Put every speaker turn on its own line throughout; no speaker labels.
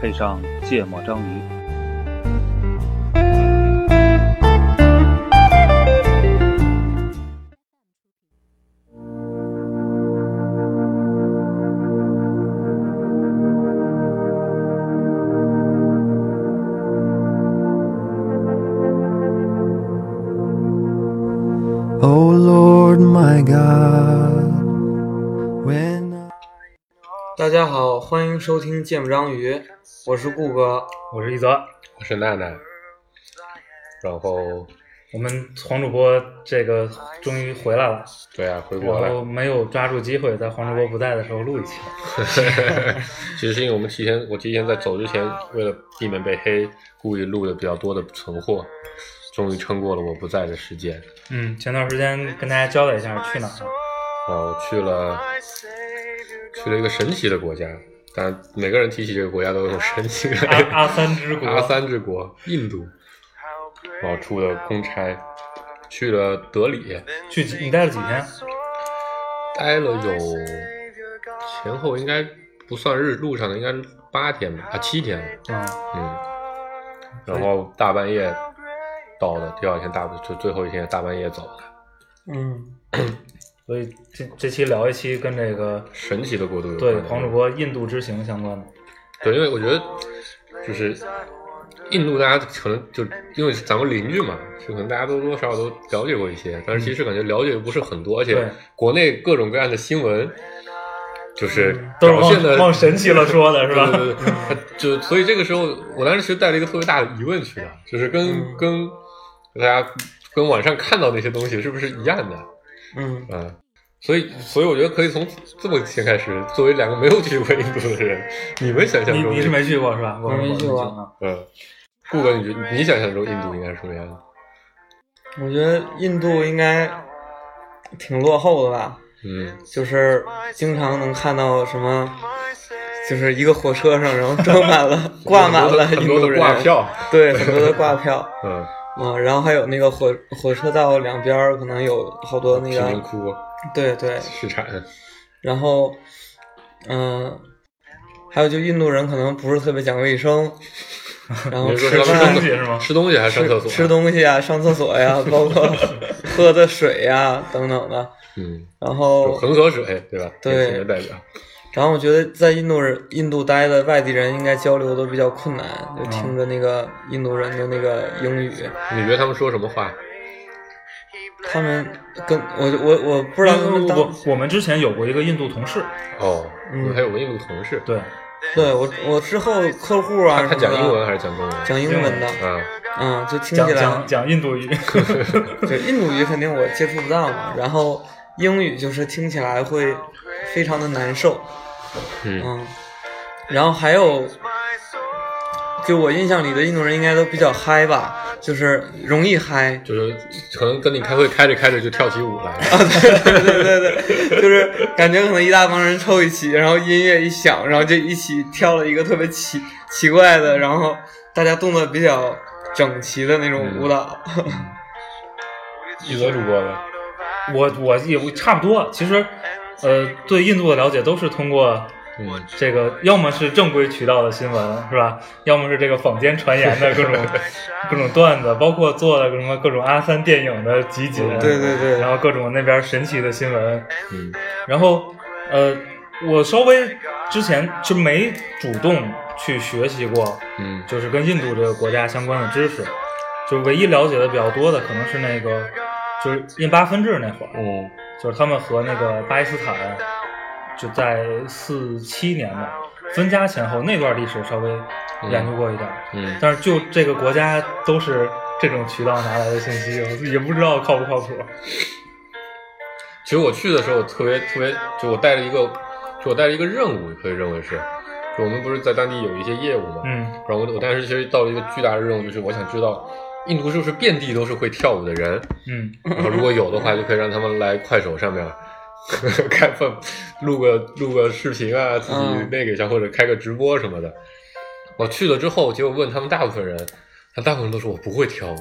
配上芥末章鱼。
Oh Lord my God, when I
大家好，欢迎收听《芥末章鱼》，我是顾哥。
我是一泽。
我是娜娜，然后
我们黄主播这个终于回来了，
对啊，回国
然后
了。
没有抓住机会在黄主播不在的时候录一期。
其实是因为我们提前，我提前在走之前，为了避免被黑，故意录的比较多的存货，终于撑过了我不在的时间。
嗯，前段时间跟大家交代一下去哪儿
啊
了。
然后哦去了去了一个神奇的国家，当然每个人提起这个国家都有种神奇的
阿阿三之国，
阿三之国印度，然后出的公差，去了德里，
去几你待了几天？
啊
待了有前后应该不算日路上的，应该是八天吧，啊七天，
嗯，
嗯，然后大半夜到的，第二天大就最后一天大半夜走的，
嗯，
所以这这期聊一期跟这个
神奇的国度有关
对
的
黄主播印度之行相关的。
对，因为我觉得就是印度，大家可能就因为咱们邻居嘛，就可能大家多多少少都了解过一些，但是其实感觉了解不是很多，而
嗯对
且国内各种各样的新闻，就是
嗯都是
表现的
往往神奇了嗯说的是吧？
对对对，他就所以这个时候，我当时其实带了一个特别大的疑问去的，就是跟、
嗯
跟大家跟网上看到那些东西是不是一样的？
嗯，
嗯，所以所以我觉得可以从这么先开始，作为两个没有去过印度的人，你们想象
你
中
你是没去过是吧？我
我没去过
啊。
嗯，顾哥，你觉得你想象中印度应该是什么样的？
我觉得印度应该挺落后的吧，
嗯，
就是经常能看到什么，就是一个火车上，然后装满 了、挂满了
很
印
多
度
的
人，
挂票，
对，很多的挂票。
嗯，
嗯，然后还有那个火火车道两边儿可能有好多那
贫民
个，
窟、
对对，
市场，
然后，嗯、还有就印度人可能不是特别讲卫 生，然后
你是
吃
说
吃
饭
东西是吗？
吃东西还是上厕所？
吃吃东西啊，上厕所 呀、包括喝的水呀、等等的。
嗯，
然
就
后，
恒河水，对吧？
对
典型的代表。
然后我觉得在印度人、印度待的外地人应该交流都比较困难，就听着那个印度人的那个英语，
你觉得他们说什么话？
他们跟我我我不知道他
我
们当
我我们之前有过一个印度同事，
哦，
嗯
还有我们印度同事，
对，
对我我之后客户啊
他他讲
什么的
英文还是讲中文？
讲英文的，
啊，
嗯，就听
讲
起来
讲讲印度语。
对，印度语肯定我接触不到嘛，然后英语就是听起来会非常的难受，
嗯，
嗯，然后还有，就我印象里的印度人应该都比较嗨吧，就是容易嗨，
就是可能跟你开会开着开着就跳起舞来
啊
了，
对对对对，就是感觉可能一大帮人凑一起，然后音乐一响，然后就一起跳了一个特别奇奇怪的，然后大家动作比较整齐的那种舞蹈，
一则主播的，
我我也我差不多，其实，呃，对印度的了解都是通过
嗯，
这个，要么是正规渠道的新闻，是吧？要么是这个坊间传言的各种 各种段子，包括做的什么各种阿三电影的集锦，
对对对
然后各种那边神奇的新闻，
嗯
然后，呃，我稍微之前是没主动去学习过，
嗯
就是跟印度这个国家相关的知识，就唯一了解的比较多的可能是那个，就是印巴分治那会儿，
嗯
就是他们和那个巴基斯坦就在四七年吧分家前后那段历史稍微研究过一点，
嗯，
但是就这个国家都是这种渠道拿来的信息，我也不知道靠不靠谱。
其实我去的时候特别特别，就我带了一个，就我带了一个任务，可以认为是，就我们不是在当地有一些业务嘛，
嗯
然后我我当时其实到了一个巨大的任务，就是我想知道印度是不是遍地都是会跳舞的人，
嗯，
然后如果有的话，就可以让他们来快手上面 开放录个录个视频啊，自己
嗯
那个一下，或者开个直播什么的。我去了之后，结果问他们大部分人，他大部分人都说我不会跳舞。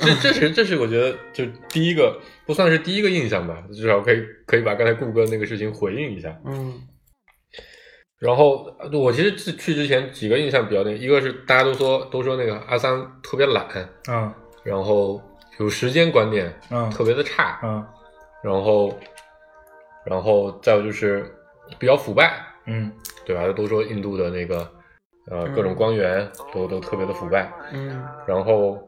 这这是这是我觉得就第一个不算是第一个印象吧，至少可以可以把刚才顾哥那个事情回应一下。
嗯
然后我其实自去之前几个印象比较那个，一个是大家都说都说那个阿桑特别懒，
嗯
然后有时间观念
嗯
特别的差，
嗯
然后然后再有就是比较腐败，
嗯
对吧？都说印度的那个呃
嗯
各种光源都都特别的腐败，
嗯
然后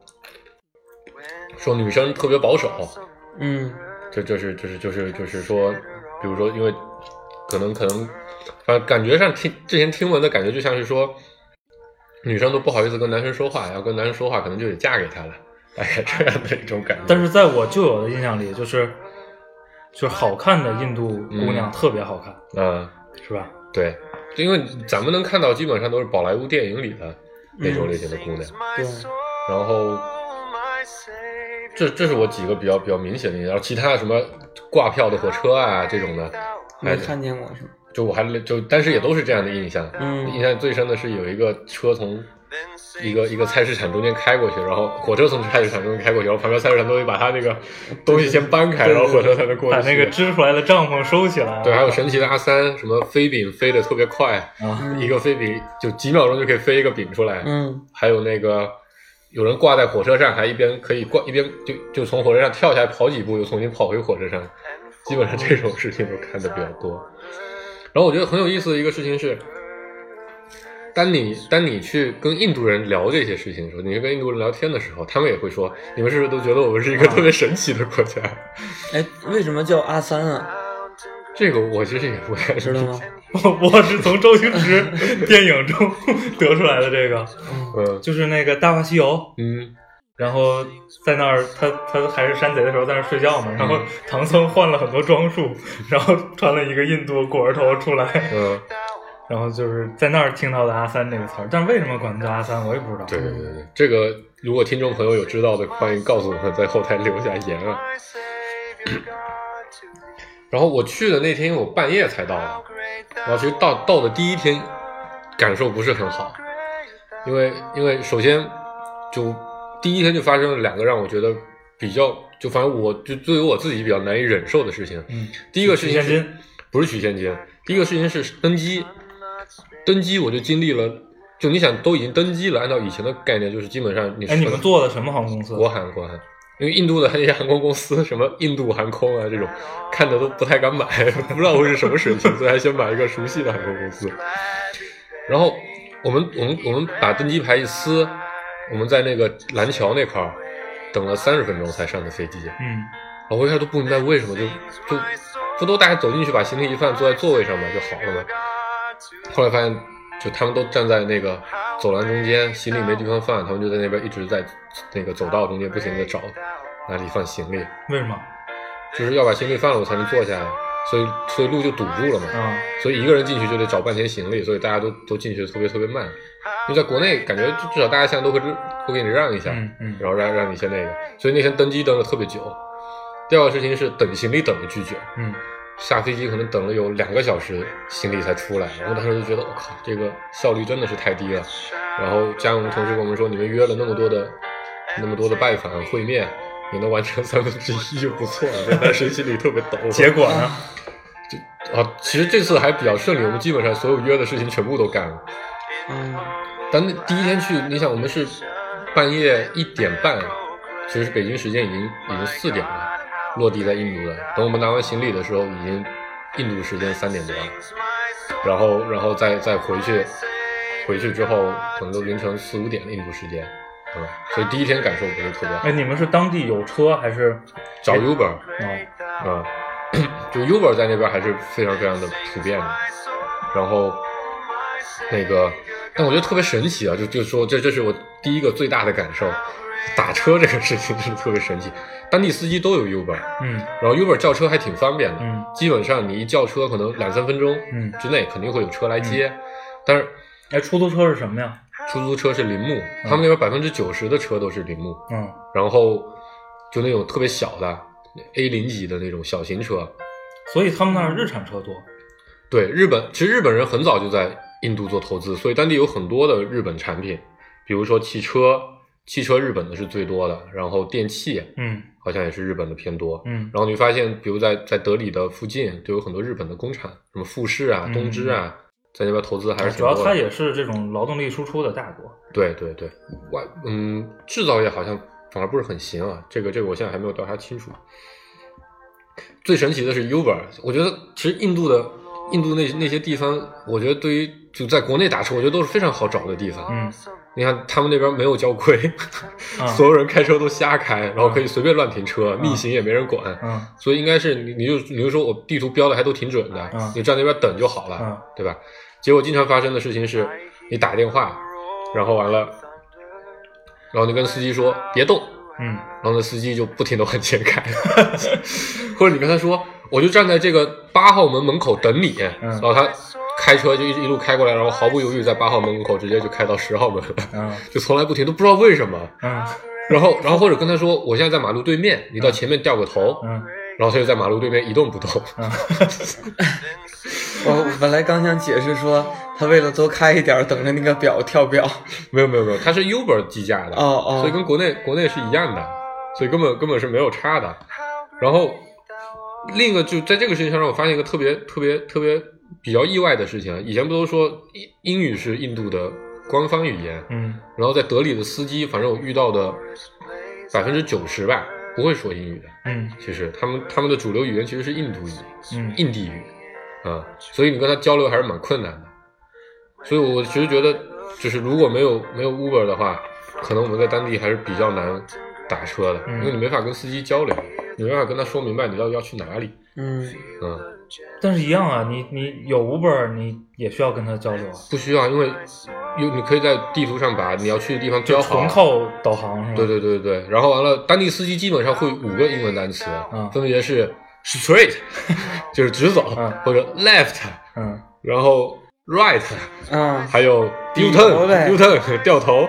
说女生特别保守，啊
嗯
就就是就是就是就是说，比如说，因为可能可能，反正感觉上听之前听闻的感觉就像是说，女生都不好意思跟男生说话，要跟男生说话，可能就得嫁给他了，大概这样的一种感觉。
但是在我旧有的印象里，就是就是好看的印度姑娘
嗯
特别好看，
嗯，
是吧？
对，就因为咱们能看到基本上都是宝莱坞电影里的那种类型的姑娘，
对，
然后这这是我几个比较比较明显的印象，然后其他的什么挂票的火车啊这种的，
没看见过是吗？
就我还就但是也都是这样的印象。印
嗯
象最深的是有一个车从一个一个菜市场中间开过去，然后火车从菜市场中间开过去，然后旁边菜市场都得把他那个东西先搬开，
对对对
然后火车才能过去。
把那个支出来的帐篷收起来。
对，还有神奇的阿三，什么飞饼飞得特别快，
啊，
一个飞饼就几秒钟就可以飞一个饼出来。
嗯
还有那个有人挂在火车上，还一边可以挂一边就就从火车上跳下来跑几步，又重新跑回火车上。基本上这种事情都看的比较多。然后我觉得很有意思的一个事情是，当你当你去跟印度人聊这些事情的时候，你去跟印度人聊天的时候，他们也会说，你们是不是都觉得我们是一个
啊
特别神奇的国家？
哎，为什么叫阿三啊？
这个我其实也不太
知道吗？？
我 我是从周星驰电影中 得出来的这个，
嗯
就是那个《大话西游》，
嗯，
然后在那儿他他还是山贼的时候在那儿睡觉嘛，然
嗯
后唐僧换了很多装束，然后穿了一个印度果儿头出来，
嗯，
然后就是在那儿听到的阿三这个词儿，但是为什么管他叫阿三，我也不知道。
对对对对，这个如果听众朋友有知道的，欢迎告诉我们，在后台留下言啊。然后我去的那天，我半夜才到的，然后其实到到的第一天，感受不是很好，因为因为首先就第一天就发生了两个让我觉得比较就反正我就对于我自己比较难以忍受的事情，
嗯，
第一个事情
取
是
现金
不是取现金，第一个事情是登机，登机我就经历了，就你想都已经登机了，按照以前的概念就是基本上你
哎，你们坐的什么航空公司？
国航国航，因为印度的那些航空公司，什么印度航空啊这种，看的都不太敢买， 不知道会是什么水平，所以还先买一个熟悉的航空公司。然后我们我们我们把登机牌一撕，我们在那个蓝桥那块儿等了三十分钟才上的飞机，
嗯
然后我一开始都不明白为什么就就不都大家走进去把行李一放，坐在座位上嘛就好了嘛。后来发现，就他们都站在那个走廊中间，行李没地方放，他们就在那边一直在那个走道中间不停的找哪里放行李，
为什么？
就是要把行李放了我才能坐下来，所以所以路就堵住了嘛。
啊，
所以一个人进去就得找半天行李，所以大家都都进去得特别特别慢。因为在国内感觉就至少大家现在都会会给你让一下，
嗯嗯
然后让让你先那个，所以那天登机登了特别久。第二个事情是等行李等了巨久，
嗯，
下飞机可能等了有两个小时，行李才出来。然后当时就觉得我靠，这个效率真的是太低了。然后加上我们同事跟我们说，你们约了那么多的那么多的拜访会面，你能完成三分之一就不错了，所以当时心里特别抖。
结果呢？
啊，其实这次还比较顺利，我们基本上所有约的事情全部都干了。
嗯
但那第一天去，你想我们是半夜一点半，其实是北京时间已经已经四点了，落地在印度的。等我们拿完行李的时候，已经印度时间三点多了。然后然后再再回去，回去之后可能都凌晨四五点的印度时间，嗯，所以第一天感受不是特别好
哎，。你们是当地有车还是？
找 Uber
哦，
啊、 就 Uber 在那边还是非常非常的普遍的。然后那个，但我觉得特别神奇啊，就就说这这是我第一个最大的感受，打车这个事情真是特别神奇。当地司机都有 Uber，
嗯
然后 Uber 叫车还挺方便的，
嗯
基本上你一叫车可能两三分钟
嗯
之内肯定会有车来接。但是
哎，出租车是什么呀？
出租车是铃木，他们那边百分之九十的车都是铃木，
嗯
然后就那种特别小的 A 零级的那种小型车。
所以他们那儿日产车多。
对，日本其实日本人很早就在印度做投资，所以当地有很多的日本产品，比如说汽车，汽车日本的是最多的，然后电器
嗯
好像也是日本的偏多。
嗯
然后你会发现，比如在在德里的附近就有很多日本的工厂，什么富士啊、
嗯
东芝啊，在那边投资还是挺
主
多
要
的。
它也是这种劳动力输出的大国。
对对对，外嗯，制造业好像反而不是很行啊。这个这个我现在还没有调查清楚。最神奇的是 Uber，我觉得其实印度的印度那那些地方，我觉得对于就在国内打车，我觉得都是非常好找的地方。
嗯，
你看他们那边没有交规，
啊
所有人开车都瞎开，然后可以随便乱停车，逆行也没人管。
嗯
所以应该是你，你就你就说我地图标的还都挺准的，
嗯
你站那边等就好了，
嗯
对吧？结果经常发生的事情是，你打电话，然后完了，然后你跟司机说别动，
嗯
然后那司机就不停的往 前开，或者你跟他说我就站在这个八号门门口等你，
嗯
然后他开车就一一路开过来，然后毫不犹豫在八号门口直接就开到十号门了，
嗯
就从来不停，都不知道为什么。
嗯
然后，然后或者跟他说，我现在在马路对面，你到前面掉个头，
嗯
然后他就在马路对面一动不动。
嗯，
我我本来刚想解释说，他为了多开一点儿，等着那个表跳表。
没有没有没有，它是 Uber 计价的，
哦哦
所以跟国内国内是一样的，所以根本根本是没有差的。然后另一个就在这个事情上让我发现一个特别特别特别比较意外的事情，以前不都说英英语是印度的官方语言，
嗯
然后在德里的司机，反正我遇到的百分之九十吧不会说英语的，
嗯
其实他们他们的主流语言其实是印度语，
嗯
印地语啊，所以你跟他交流还是蛮困难的。所以我其实觉得，就是如果没有没有 Uber 的话，可能我们在当地还是比较难打车的，
嗯
因为你没法跟司机交流，你没法跟他说明白你到底要去哪里。
嗯，
嗯，
但是一样啊，你你有 Uber，你也需要跟他交流啊，
不需要，因为有你可以在地图上把你要去的地方标
就
好
纯。靠导航是吧？
哦对对对对，然后完了，当地司机基本上会五个英文单词，
嗯
分别是 straight，就是直走，
嗯
或者 left，
嗯
然后 right，
啊，
还有 U
头呗
turn U turn 掉头，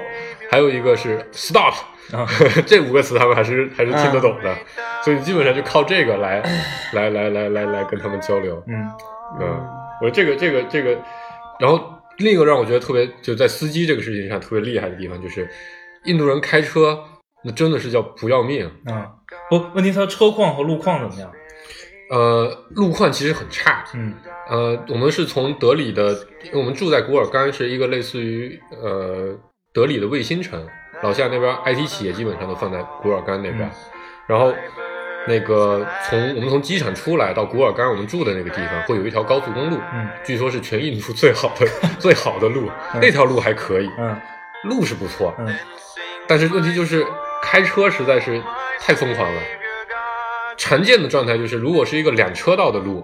还有一个是 stop，
啊
这五个词他们还是还是听得
嗯
懂的，所以基本上就靠这个来来来来来来跟他们交流。
嗯
嗯，我这个这个这个，然后另一个让我觉得特别就在司机这个事情上特别厉害的地方就是，印度人开车那真的是叫不要命。
嗯，不，问题是它车况和路况怎么样？
呃，路况其实很差，
嗯
呃，我们是从德里的，因为我们住在古尔干，是一个类似于呃德里的卫星城，老夏那边 IT 企业基本上都放在古尔干那边。
嗯
然后那个从我们从机场出来到古尔干，我们住的那个地方会有一条高速公路，
嗯
据说是全印度最好 的最好的路，那条路还可以，
嗯
路是不错，
嗯
但是问题就是开车实在是太疯狂了。常见的状态就是，如果是一个两车道的路，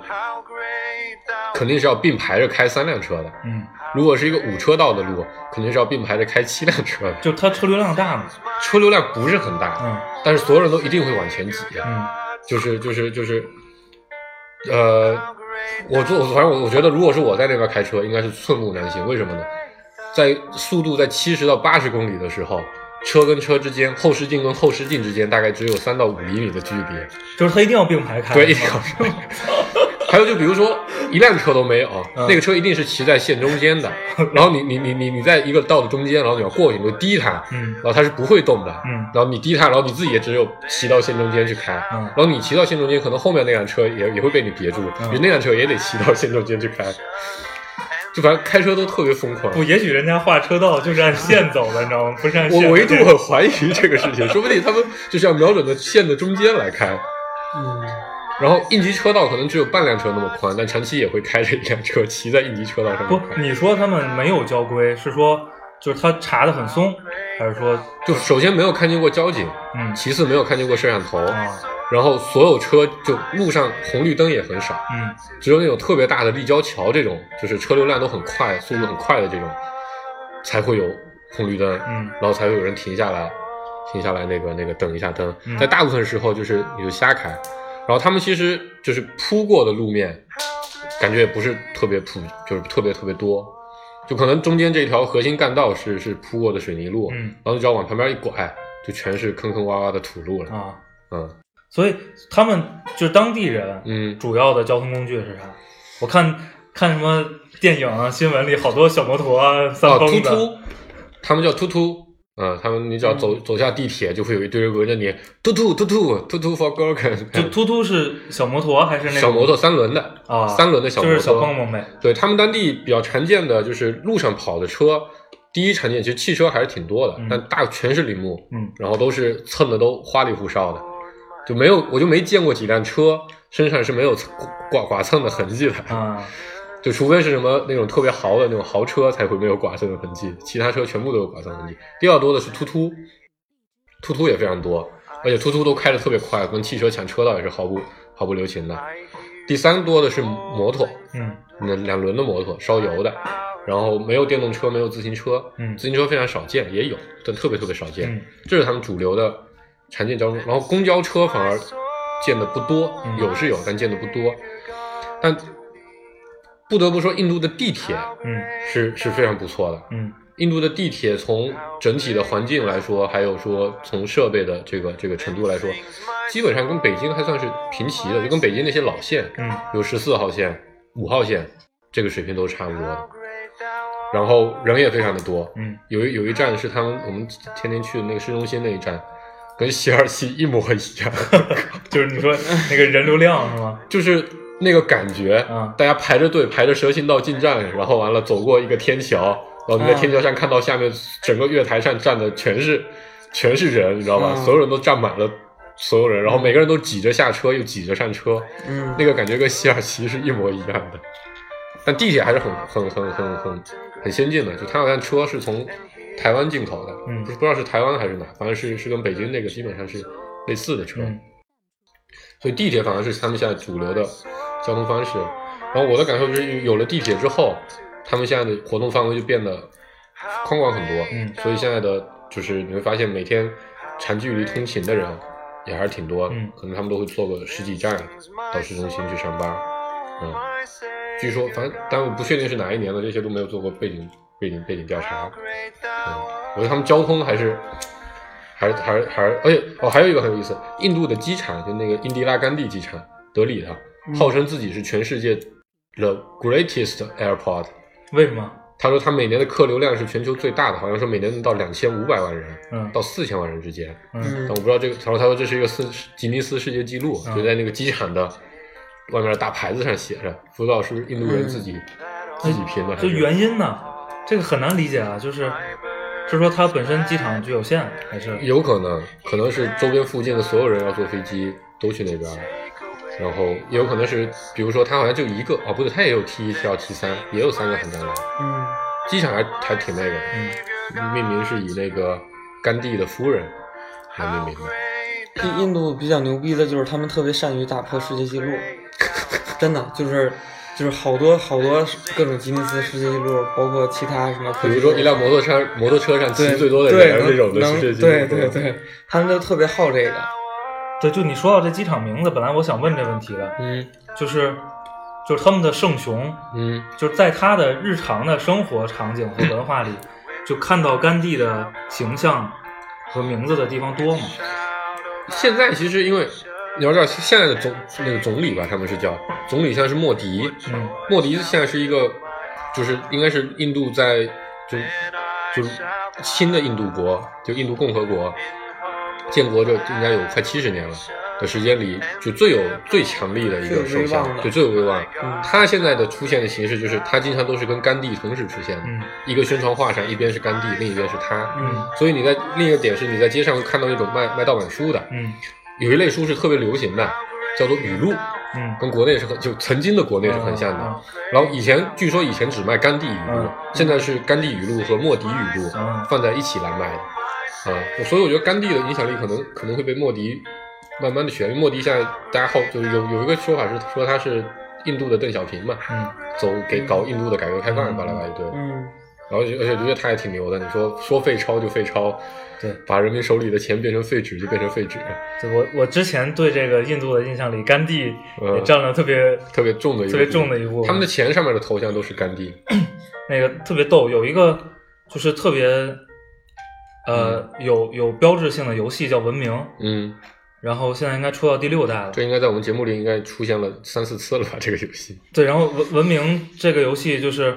肯定是要并排着开三辆车的；
嗯，
如果是一个五车道的路，肯定是要并排着开七辆车的。
就它车流量大嘛。
车流量不是很大，
嗯
但是所有人都一定会往前挤，啊
嗯
就是就是就是，呃，我做反正我我觉得，如果是我在那边开车，应该是寸步难行。为什么呢？在速度在七十到八十公里的时候，车跟车之间，后视镜跟后视镜之间大概只有三到五厘米的距离。
就是它一定要并排开。
对，一
是
条
吧
车。还有就比如说，一辆车都没有，
嗯
那个车一定是骑在线中间的。然后你你你你你在一个道的中间，然后你要过去，你就滴它，
嗯
然后它是不会动的。
嗯
然后你滴它，然后你自己也只有骑到线中间去开。
嗯
然后你骑到线中间，可能后面那辆车也也会被你别住，
嗯
因为那辆车也得骑到线中间去开。就反正开车都特别疯狂。
不，也许人家画车道就是按线走的，你知道吗？不是按
我
线。
我一度很怀疑这个事情，说不定他们就是要瞄准的线的中间来开。
嗯，
然后应急车道可能只有半辆车那么宽，但长期也会开着一辆车骑在应急车道上
不
面，开。
你说他们没有交规，是说就是他查的很松，还是说
就首先没有看见过交警，
嗯
其次没有看见过摄像头，
啊
然后所有车就路上红绿灯也很少，
嗯
只有那种特别大的立交桥这种，就是车流量都很快、速度很快的这种，才会有红绿灯，
嗯
然后才会有人停下来，停下来那个那个等一下灯
嗯。
在大部分时候就是你就瞎开，然后他们其实就是铺过的路面，感觉也不是特别铺，就是特别特别多，就可能中间这条核心干道是是铺过的水泥路，
嗯
然后你只要往旁边一拐，就全是坑坑洼洼的土路了，
啊，
嗯
所以他们就是当地人，
嗯。
主要的交通工具是啥？我看看什么电影啊、新闻里好多小摩托啊、
啊，
三
突
蹦子，
突，他们叫突突，啊，他们你只要
嗯
走、走下地铁，就会有一堆人围着你，突突突突突突 for Gorgon，
就突突是小摩托还是那种
小摩托三轮的
啊？
三轮的小摩
就
托，
是小蹦蹦呗。
对他们当地比较常见的就是路上跑的车，第一常见其实汽车还是挺多的，
嗯
但大全是铃木，
嗯，
然后都是蹭的都花里胡哨的，就没有我就没见过几辆车身上是没有蹭剐剐蹭的痕迹的，
啊，
就除非是什么那种特别豪的那种豪车才会没有剐蹭的痕迹，其他车全部都有剐蹭痕迹。第二多的是突突，突突也非常多，而且突突都开的特别快，跟汽车抢车道也是毫不毫不留情的。第三多的是摩托，
嗯
那两轮的摩托，烧油的，然后没有电动车，没有自行车，
嗯
自行车非常少见，也有，但特别特别少见。
嗯
这是他们主流的常见交通，然后公交车反而见的不多，
嗯
有是有，但见的不多。但不得不说，印度的地铁
嗯
是是非常不错的。
嗯
印度的地铁从整体的环境来说，还有说从设备的这个这个程度来说，基本上跟北京还算是平齐的，就跟北京那些老线，
嗯
有十四号线、五号线，这个水平都是差不多的。然后人也非常的多，
嗯
有一有一站是他们我们天天去的那个市中心那一站，跟西二旗一模一样，
就是你说那个人流量是吗？
就是那个感觉，
嗯
大家排着队排着蛇形道进站，然后完了走过一个天桥，然后你在
嗯
天桥上看到下面整个月台上站的全是全是人，你知道
啊
吧？
嗯
所有人都站满了所有人，
嗯
然后每个人都挤着下车又挤着上车，
嗯，
那个感觉跟西二旗是一模一样的。但地铁还是很很很很很很先进的，就它好像车是从台湾进口的，
嗯
不不知道是台湾还是哪，反正是是跟北京那个基本上是类似的车，
嗯
所以地铁反而是他们现在主流的交通方式。然后我的感受就是，有了地铁之后，他们现在的活动范围就变得宽广很多，
嗯
所以现在的就是你会发现每天长距离通勤的人也还是挺多，
嗯
可能他们都会坐个十几站到市中心去上班，嗯，据说反正但我不确定是哪一年的，这些都没有做过背景背景背景调查，嗯，我觉得他们交通还是。还是还是还是，而且哦，还有一个很有意思，印度的机场就那个印第拉甘地机场，德里的，
嗯
号称自己是全世界 the greatest airport，
为什么？
他说他每年的客流量是全球最大的，好像说每年能到两千五百万人
嗯
到四千万人之间，
嗯
但
嗯
我不知道这个。他说他说这是一个世吉尼斯世界纪录，
嗯
就在那个机场的外面的大牌子上写着，不知道是不是印度人自己、自己拼的，
嗯
还
就是原因呢？这个很难理解啊，就是是说它本身机场就有限，还是
有可能可能是周边附近的所有人要坐飞机都去那边。然后也有可能是，比如说他好像就一个哦，不对，他也有 T 一、T 二、T 三，也有三个航站楼。
嗯
机场还还挺那个的，
嗯
命名是以那个甘地的夫人来命名的。
印印度比较牛逼的就是他们特别善于打破世界纪录， 真的就是就是好多好多各种吉尼斯世界纪录，包括其他什么，
比如说一辆摩托车，摩托车上骑最多的
对
人
能
这种的
能
世界纪
对
录，
对对，他们就特别好这个，
对，就你说到这机场名字，本来我想问这问题的，
嗯
就是就是他们的圣雄，
嗯
就是在他的日常的生活场景和文化里，就看到甘地的形象和名字的地方多吗？
现在其实因为你要知道，现在的总那个总理吧，他们是叫总理，现在是莫迪。
嗯
莫迪现在是一个，就是应该是印度在就就是新的印度国，就印度共和国建国这应该有快七十年了的时间里，就最有最强力的一个
最有
首
威
相
望，的
就最有威望。
嗯
他现在的出现的形式就是，他经常都是跟甘地同时出现的，
嗯
一个宣传画上一边是甘地，另一边是他。
嗯
所以你在另一个点是，你在街上会看到那种卖卖盗版书的，
嗯
有一类书是特别流行的，叫做语录，
嗯，
跟国内是很就曾经的国内是很像的。
嗯
然后以前据说以前只卖甘地语录，
嗯
现在是甘地语录和莫迪语录
嗯
放在一起来卖的，啊、所以我觉得甘地的影响力可能可能会被莫迪慢慢的学，因为莫迪现在大家好就是有有一个说法是说他是印度的邓小平嘛，
嗯
走给搞印度的改革开放
嗯
巴拉巴拉一堆，
嗯，
然后就而且觉得他也挺牛的，你说说废钞就废钞，
对
把人民手里的钱变成废纸就变成废纸，
对我我之前对这个印度的印象里，甘地也占了特别
嗯特别重的一个
特别重的一部
他们的钱上面的头像都是甘地，
那个特别逗，有一个就是特别呃有有标志性的游戏叫《文明》，
嗯。
然后现在应该出到第六代了
这。应该在我们节目里应该出现了三四次了吧？这个游戏，
对，然后文文明这个游戏就是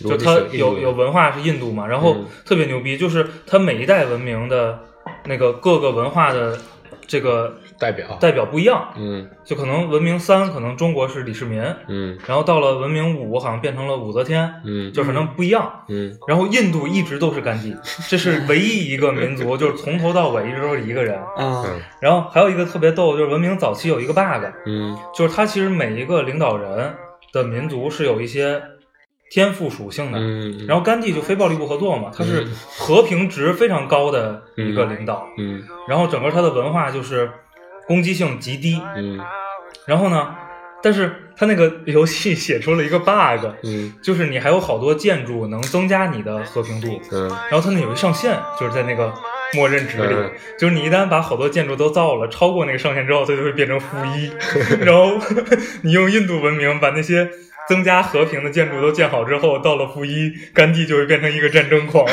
如
就
果
它
你选印度
有
的
有文化是印度嘛，然后
嗯
特别牛逼，就是它每一代文明的那个各个文化的这个
代表，
代表不一样，
嗯
就可能文明三可能中国是李世民，
嗯
然后到了文明五好像变成了武则天，
嗯
就反正不一样。
嗯
然后印度一直都是甘地，这是唯一一个民族，就是从头到尾一直都是一个人。
啊，
嗯
然后还有一个特别逗，就是文明早期有一个 bug，
嗯
就是他其实每一个领导人的民族是有一些天赋属性的。
嗯，
然后
后
甘地就非暴力不合作嘛，他是和平值非常高的一个领导，
嗯
然后整个他的文化就是攻击性极低，
嗯
然后呢，但是他那个游戏写出了一个 bug，
嗯
就是你还有好多建筑能增加你的和平度，
嗯
然后它那有一上限，就是在那个默认值里，
嗯
就是你一旦把好多建筑都造了，超过那个上限之后，它就会变成负 一。然后你用印度文明把那些增加和平的建筑都建好之后，到了负一，甘地就会变成一个战争 狂，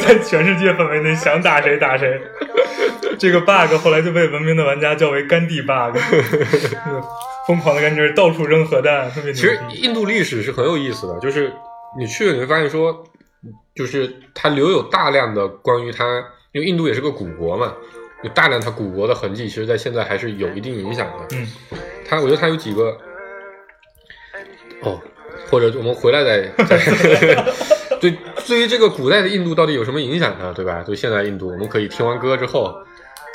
在全世界范围内 想打谁打谁。这个 bug 后来就被文明的玩家叫为甘地 bug，疯狂的甘地到处扔核弹，特别
其
牛
实
逼。
印度历史是很有意思的，就是你去了你会发现说，就是它留有大量的关于它，因为印度也是个古国嘛，有大量它古国的痕迹，其实在现在还是有一定影响的。
嗯，
它我觉得它有几个，哦，或者我们回来再再。 对，对于这个古代的印度到底有什么影响呢？对吧？对现在印度，我们可以听完歌之后，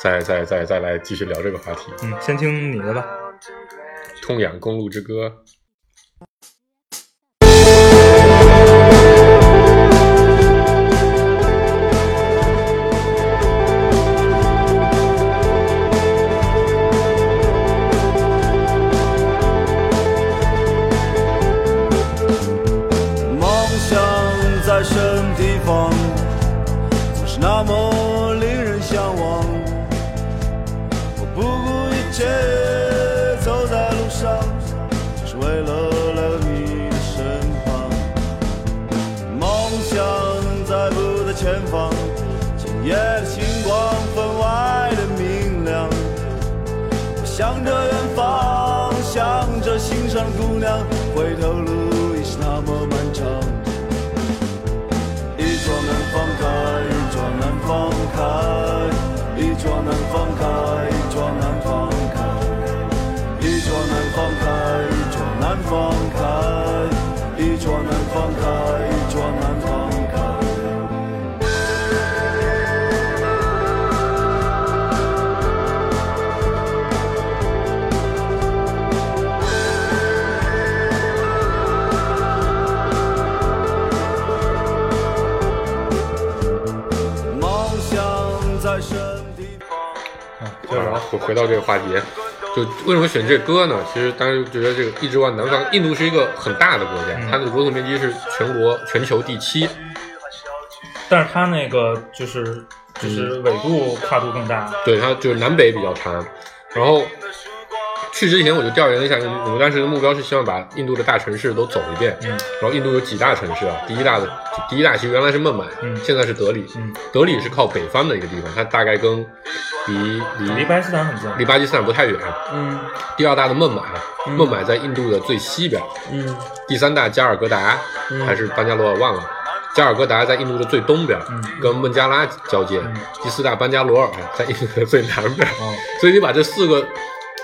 再再再再来继续聊这个话题。
嗯，先听你的吧。
痛仰公路之歌》。
梦想在什么地方，总是那么令人向往。我不顾一切走在路上，就是为了来到你的身旁。梦想在不在前方，今夜的星光分外的明亮。我想着远方，想着心上的姑娘，回头路已是那么漫长。一窗难放开，一窗难放开，一窗难放开，一窗难放开，一窗难放开，一窗难放开，一窗难放开，一窗难放开。梦想在什么地方？
然后回回到这个话题，就为什么选这歌呢？其实当时觉得这个一直往南方，印度是一个很大的国家，它的国土面积是全国全球第七。
但是它那个就是就是
嗯
纬度跨度更大，
对，它就是南北比较长。然后去之前我就调研了一下，我们当时的目标是希望把印度的大城市都走一遍。
嗯
然后印度有几大城市啊？第一大的第一大其实原来是孟买，
嗯
现在是德里。
嗯
德里是靠北方的一个地方，它大概跟离
离
离
巴基斯坦很近。
离巴基斯坦不太远。
嗯
第二大的孟买，啊
嗯
孟买在印度的最西边。
嗯
第三大加尔各答
嗯
还是班加罗尔忘了，加尔各答在印度的最东边，跟孟加拉交界。
嗯
第四大班加罗尔啊在印度的最南边，
哦，
所以你把这四个，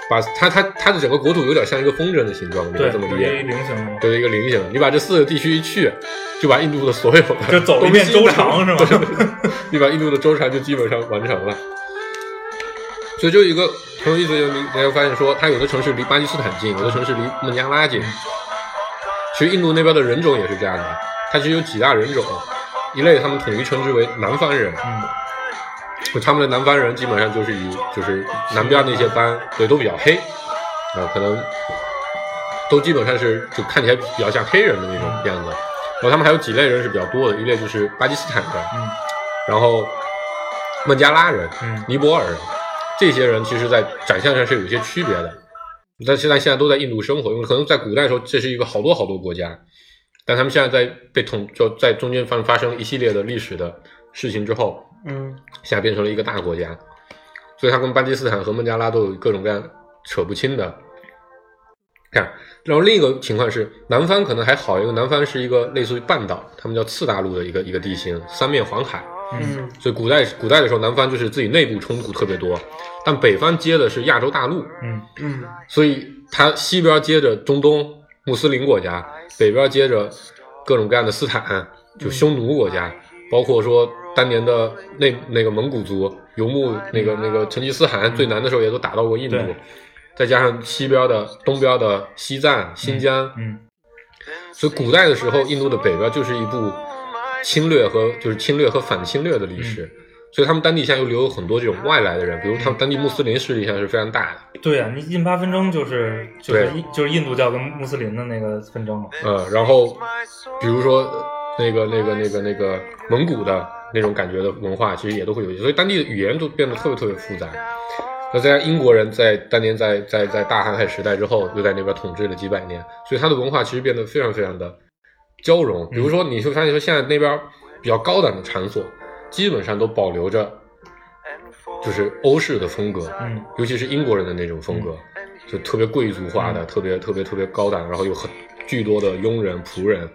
把它它它的整个国土有点像一个风筝的形状，你可
对，
以这么理
就是一
解，
菱形嘛，
对一个菱形。你把这四个地区一去，就把印度的所有的
就走一遍周长是吗
东西南北 你把印度的周长就基本上完成了。所以就一个很有意思的，你你会发现说，它有的城市离巴基斯坦近，有的城市离孟加拉近。其实印度那边的人种也是这样的，它其实有几大人种，一类他们统一称之为南方人，
嗯，
就他们的南方人基本上就是以就是南边那些班对都比较黑，啊、可能都基本上是就看起来比较像黑人的那种样子。然后他们还有几类人是比较多的，一类就是巴基斯坦人，
嗯，
然后孟加拉人、
嗯
尼泊尔人，这些人其实在长相上是有一些区别的，但现在现在都在印度生活，因为可能在古代的时候这是一个好多好多国家，但他们现在在被统就在中间发发生一系列的历史的事情之后，
嗯
现在变成了一个大国家，所以它跟巴基斯坦和孟加拉都有各种各样扯不清的这样，然后另一个情况是，南方可能还好一个，南方是一个类似于半岛，他们叫次大陆的一个一个地形，三面环海，
嗯
所以古代古代的时候，南方就是自己内部冲突特别多，但北方接的是亚洲大陆，
嗯
嗯
所以它西边接着中东穆斯林国家，北边接着各种各样的斯坦，
嗯
就匈奴国家，包括说当年的那那个蒙古族游牧那个那个成吉思汗最难的时候也都打到过印度
嗯对，
再加上西边的东边的西藏、新疆，
嗯
所以古代的时候，印度的北边就是一部侵略和就是侵略和反侵略的历史。所以他们当地现在又留有很多这种外来的人，比如他们当地穆斯林势力现在是非常大的，
对呀、你印巴纷争就是就是
对
印就是印度教跟穆斯林的那个纷争嘛。
呃，然后比如说呃那个那个那个那个蒙古的那种感觉的文化，其实也都会有，所以当地的语言都变得特别特别复杂。那在英国人在当年在在在大航海时代之后，又在那边统治了几百年，所以它的文化其实变得非常非常的交融。比如说，你会发现说现在那边比较高档的场所，基本上都保留着就是欧式的风格，
嗯
尤其是英国人的那种风格，就特别贵族化的，特别特别特别高档，然后有很巨多的佣人、仆人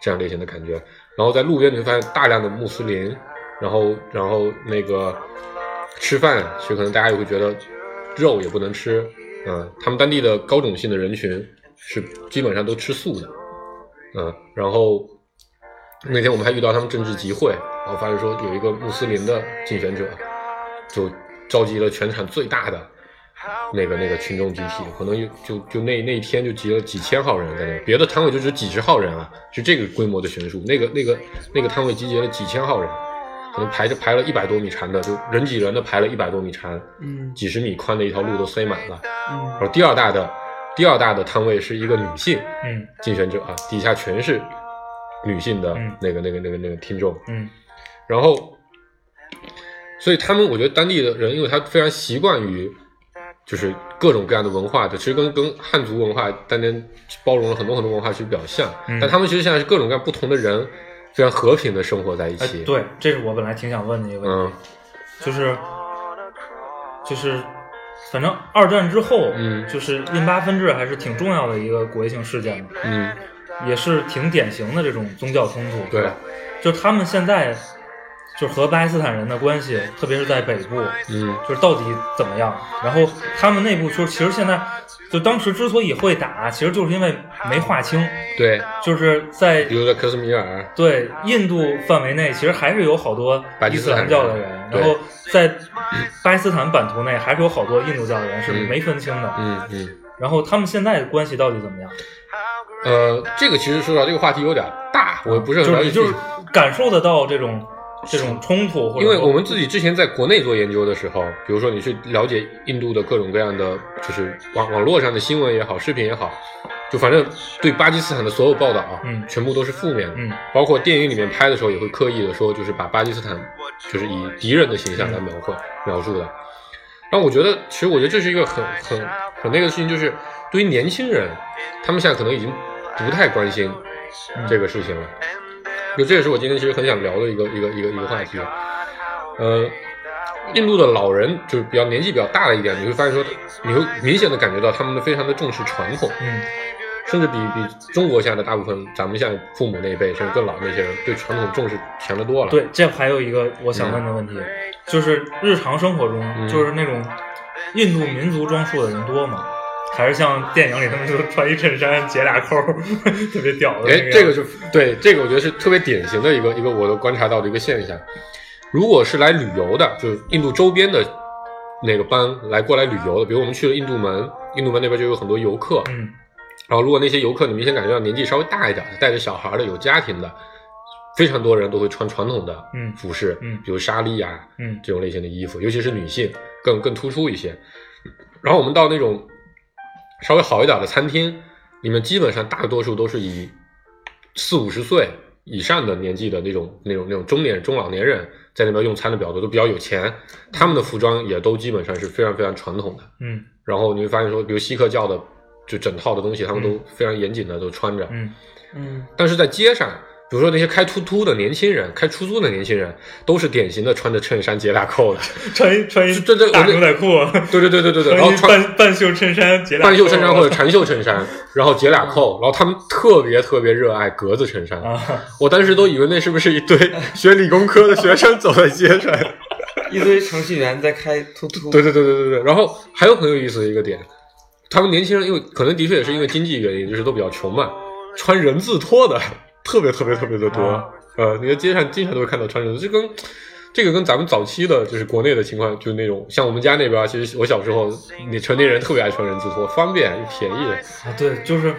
这样类型的感觉。然后在路边你会发现大量的穆斯林，然后然后那个吃饭，其实可能大家也会觉得肉也不能吃，嗯，他们当地的高种姓的人群是基本上都吃素的，嗯，然后那天我们还遇到他们政治集会，然后发现说有一个穆斯林的竞选者，就召集了全场最大的那个那个群众集体，可能有就就那那一天就集了几千号人在那，别的摊位就只几十号人啊，就这个规模的悬殊，那个那个那个摊位集结了几千号人，可能排着排了一百多米长的，就人挤人的排了一百多米长，
嗯
几十米宽的一条路都塞满了。然
嗯
后第二大的第二大的摊位是一个女性
嗯
竞选者啊，底下全是女性的
嗯
那个那个那个那个听众，
嗯
然后，所以他们我觉得当地的人，因为他非常习惯于就是各种各样的文化的，其实跟跟汉族文化当年包容了很多很多文化其实比较像，
嗯
但他们其实现在是各种各样不同的人非常和平的生活在一
哎
起。，
对，这是我本来挺想问的一个问题，
嗯
就是就是，反正二战之后，
嗯
就是印巴分治还是挺重要的一个国际性事件嘛，
嗯，
也是挺典型的这种宗教冲突。
对，
就是他们现在就是和巴基斯坦人的关系，特别是在北部，
嗯
就是到底怎么样？然后他们内部就是，其实现在就当时之所以会打，其实就是因为没划清，
对，
就是在
比如在克什米尔，
对印度范围内，其实还是有好多
巴基
伊
斯
斯
坦
兰
人
教的人，
对
然后在巴基斯坦版图内还是有好多印度教的人是没分清的。
嗯嗯，
然后他们现在关系到底怎么样？
呃，这个其实说实话，这个话题有点大，我不是很
就
了
是
解。
就是感受得到这种这种冲突，或者
因为
说
我们自己之前在国内做研究的时候，比如说你去了解印度的各种各样的，就是网网络上的新闻也好，视频也好，就反正对巴基斯坦的所有报道啊，
嗯
全部都是负面的，
嗯
包括电影里面拍的时候也会刻意的说，就是把巴基斯坦
嗯
就是以敌人的形象来描绘、描述的。但我觉得，其实我觉得这是一个很很很那个事情，就是对于年轻人，他们现在可能已经不太关心
嗯
这个事情了。就这也是我今天其实很想聊的一个一个一个一个话题。啊呃，印度的老人就是比较年纪比较大了一点，你会发现说，你会明显的感觉到他们非常的重视传统，
嗯
甚至比比中国现在的大部分咱们现在父母那一辈甚至更老那些人对传统重视强得多了。，
对，这还有一个我想问的问题，就是日常生活中，
嗯
就是那种印度民族装束的人多吗？还是像电影里他们就是穿一衬衫解俩扣儿， 特别屌的那
哎，
样？
这个是对这个我觉得是特别典型的一个一个我都观察到的一个现象。如果是来旅游的，就是印度周边的那个班来过来旅游的，比如我们去了印度门，印度门那边就有很多游客，
嗯
然后如果那些游客你明显感觉到年纪稍微大一点，带着小孩的、有家庭的，非常多人都会穿传统的
嗯
服饰，
嗯
比如纱丽啊
嗯
这种类型的衣服，尤其是女性更更突出一些。然后我们到那种稍微好一点的餐厅，里面基本上大多数都是以四五十岁以上的年纪的那种那种那种中年中老年人在那边用餐的比较多，都比较有钱，他们的服装也都基本上是非常非常传统的。
嗯
然后你会发现说，比如锡克教的就整套的东西，他们都非常严谨的都穿着。
嗯
嗯
但是在街上，比如说那些开突突的年轻人，开出租的年轻人，都是典型的穿着衬衫结打扣的，
穿一穿一
这这我
大
这
牛仔裤，
对对对对对对，然后
穿一
穿
半半袖衬衫，结俩
半袖衬衫
扣啊嗯
或者长袖衬衫，然后结俩扣，然后他们特别特别热爱格子衬衫，
啊，
我当时都以为那是不是一堆学理工科的学生走在街上。
一堆程序员在开突突，
对对对对对对。然后还有很有意思的一个点，他们年轻人因为可能的确也是因为经济原因，就是都比较穷嘛，穿人字拖的特别特别特别的多。
啊
呃，你在街上经常都会看到穿人字，这跟这个跟咱们早期的就是国内的情况，就是那种像我们家那边，啊其实我小时候，你成年人特别爱穿人字拖，方便又便宜。
啊，对，就是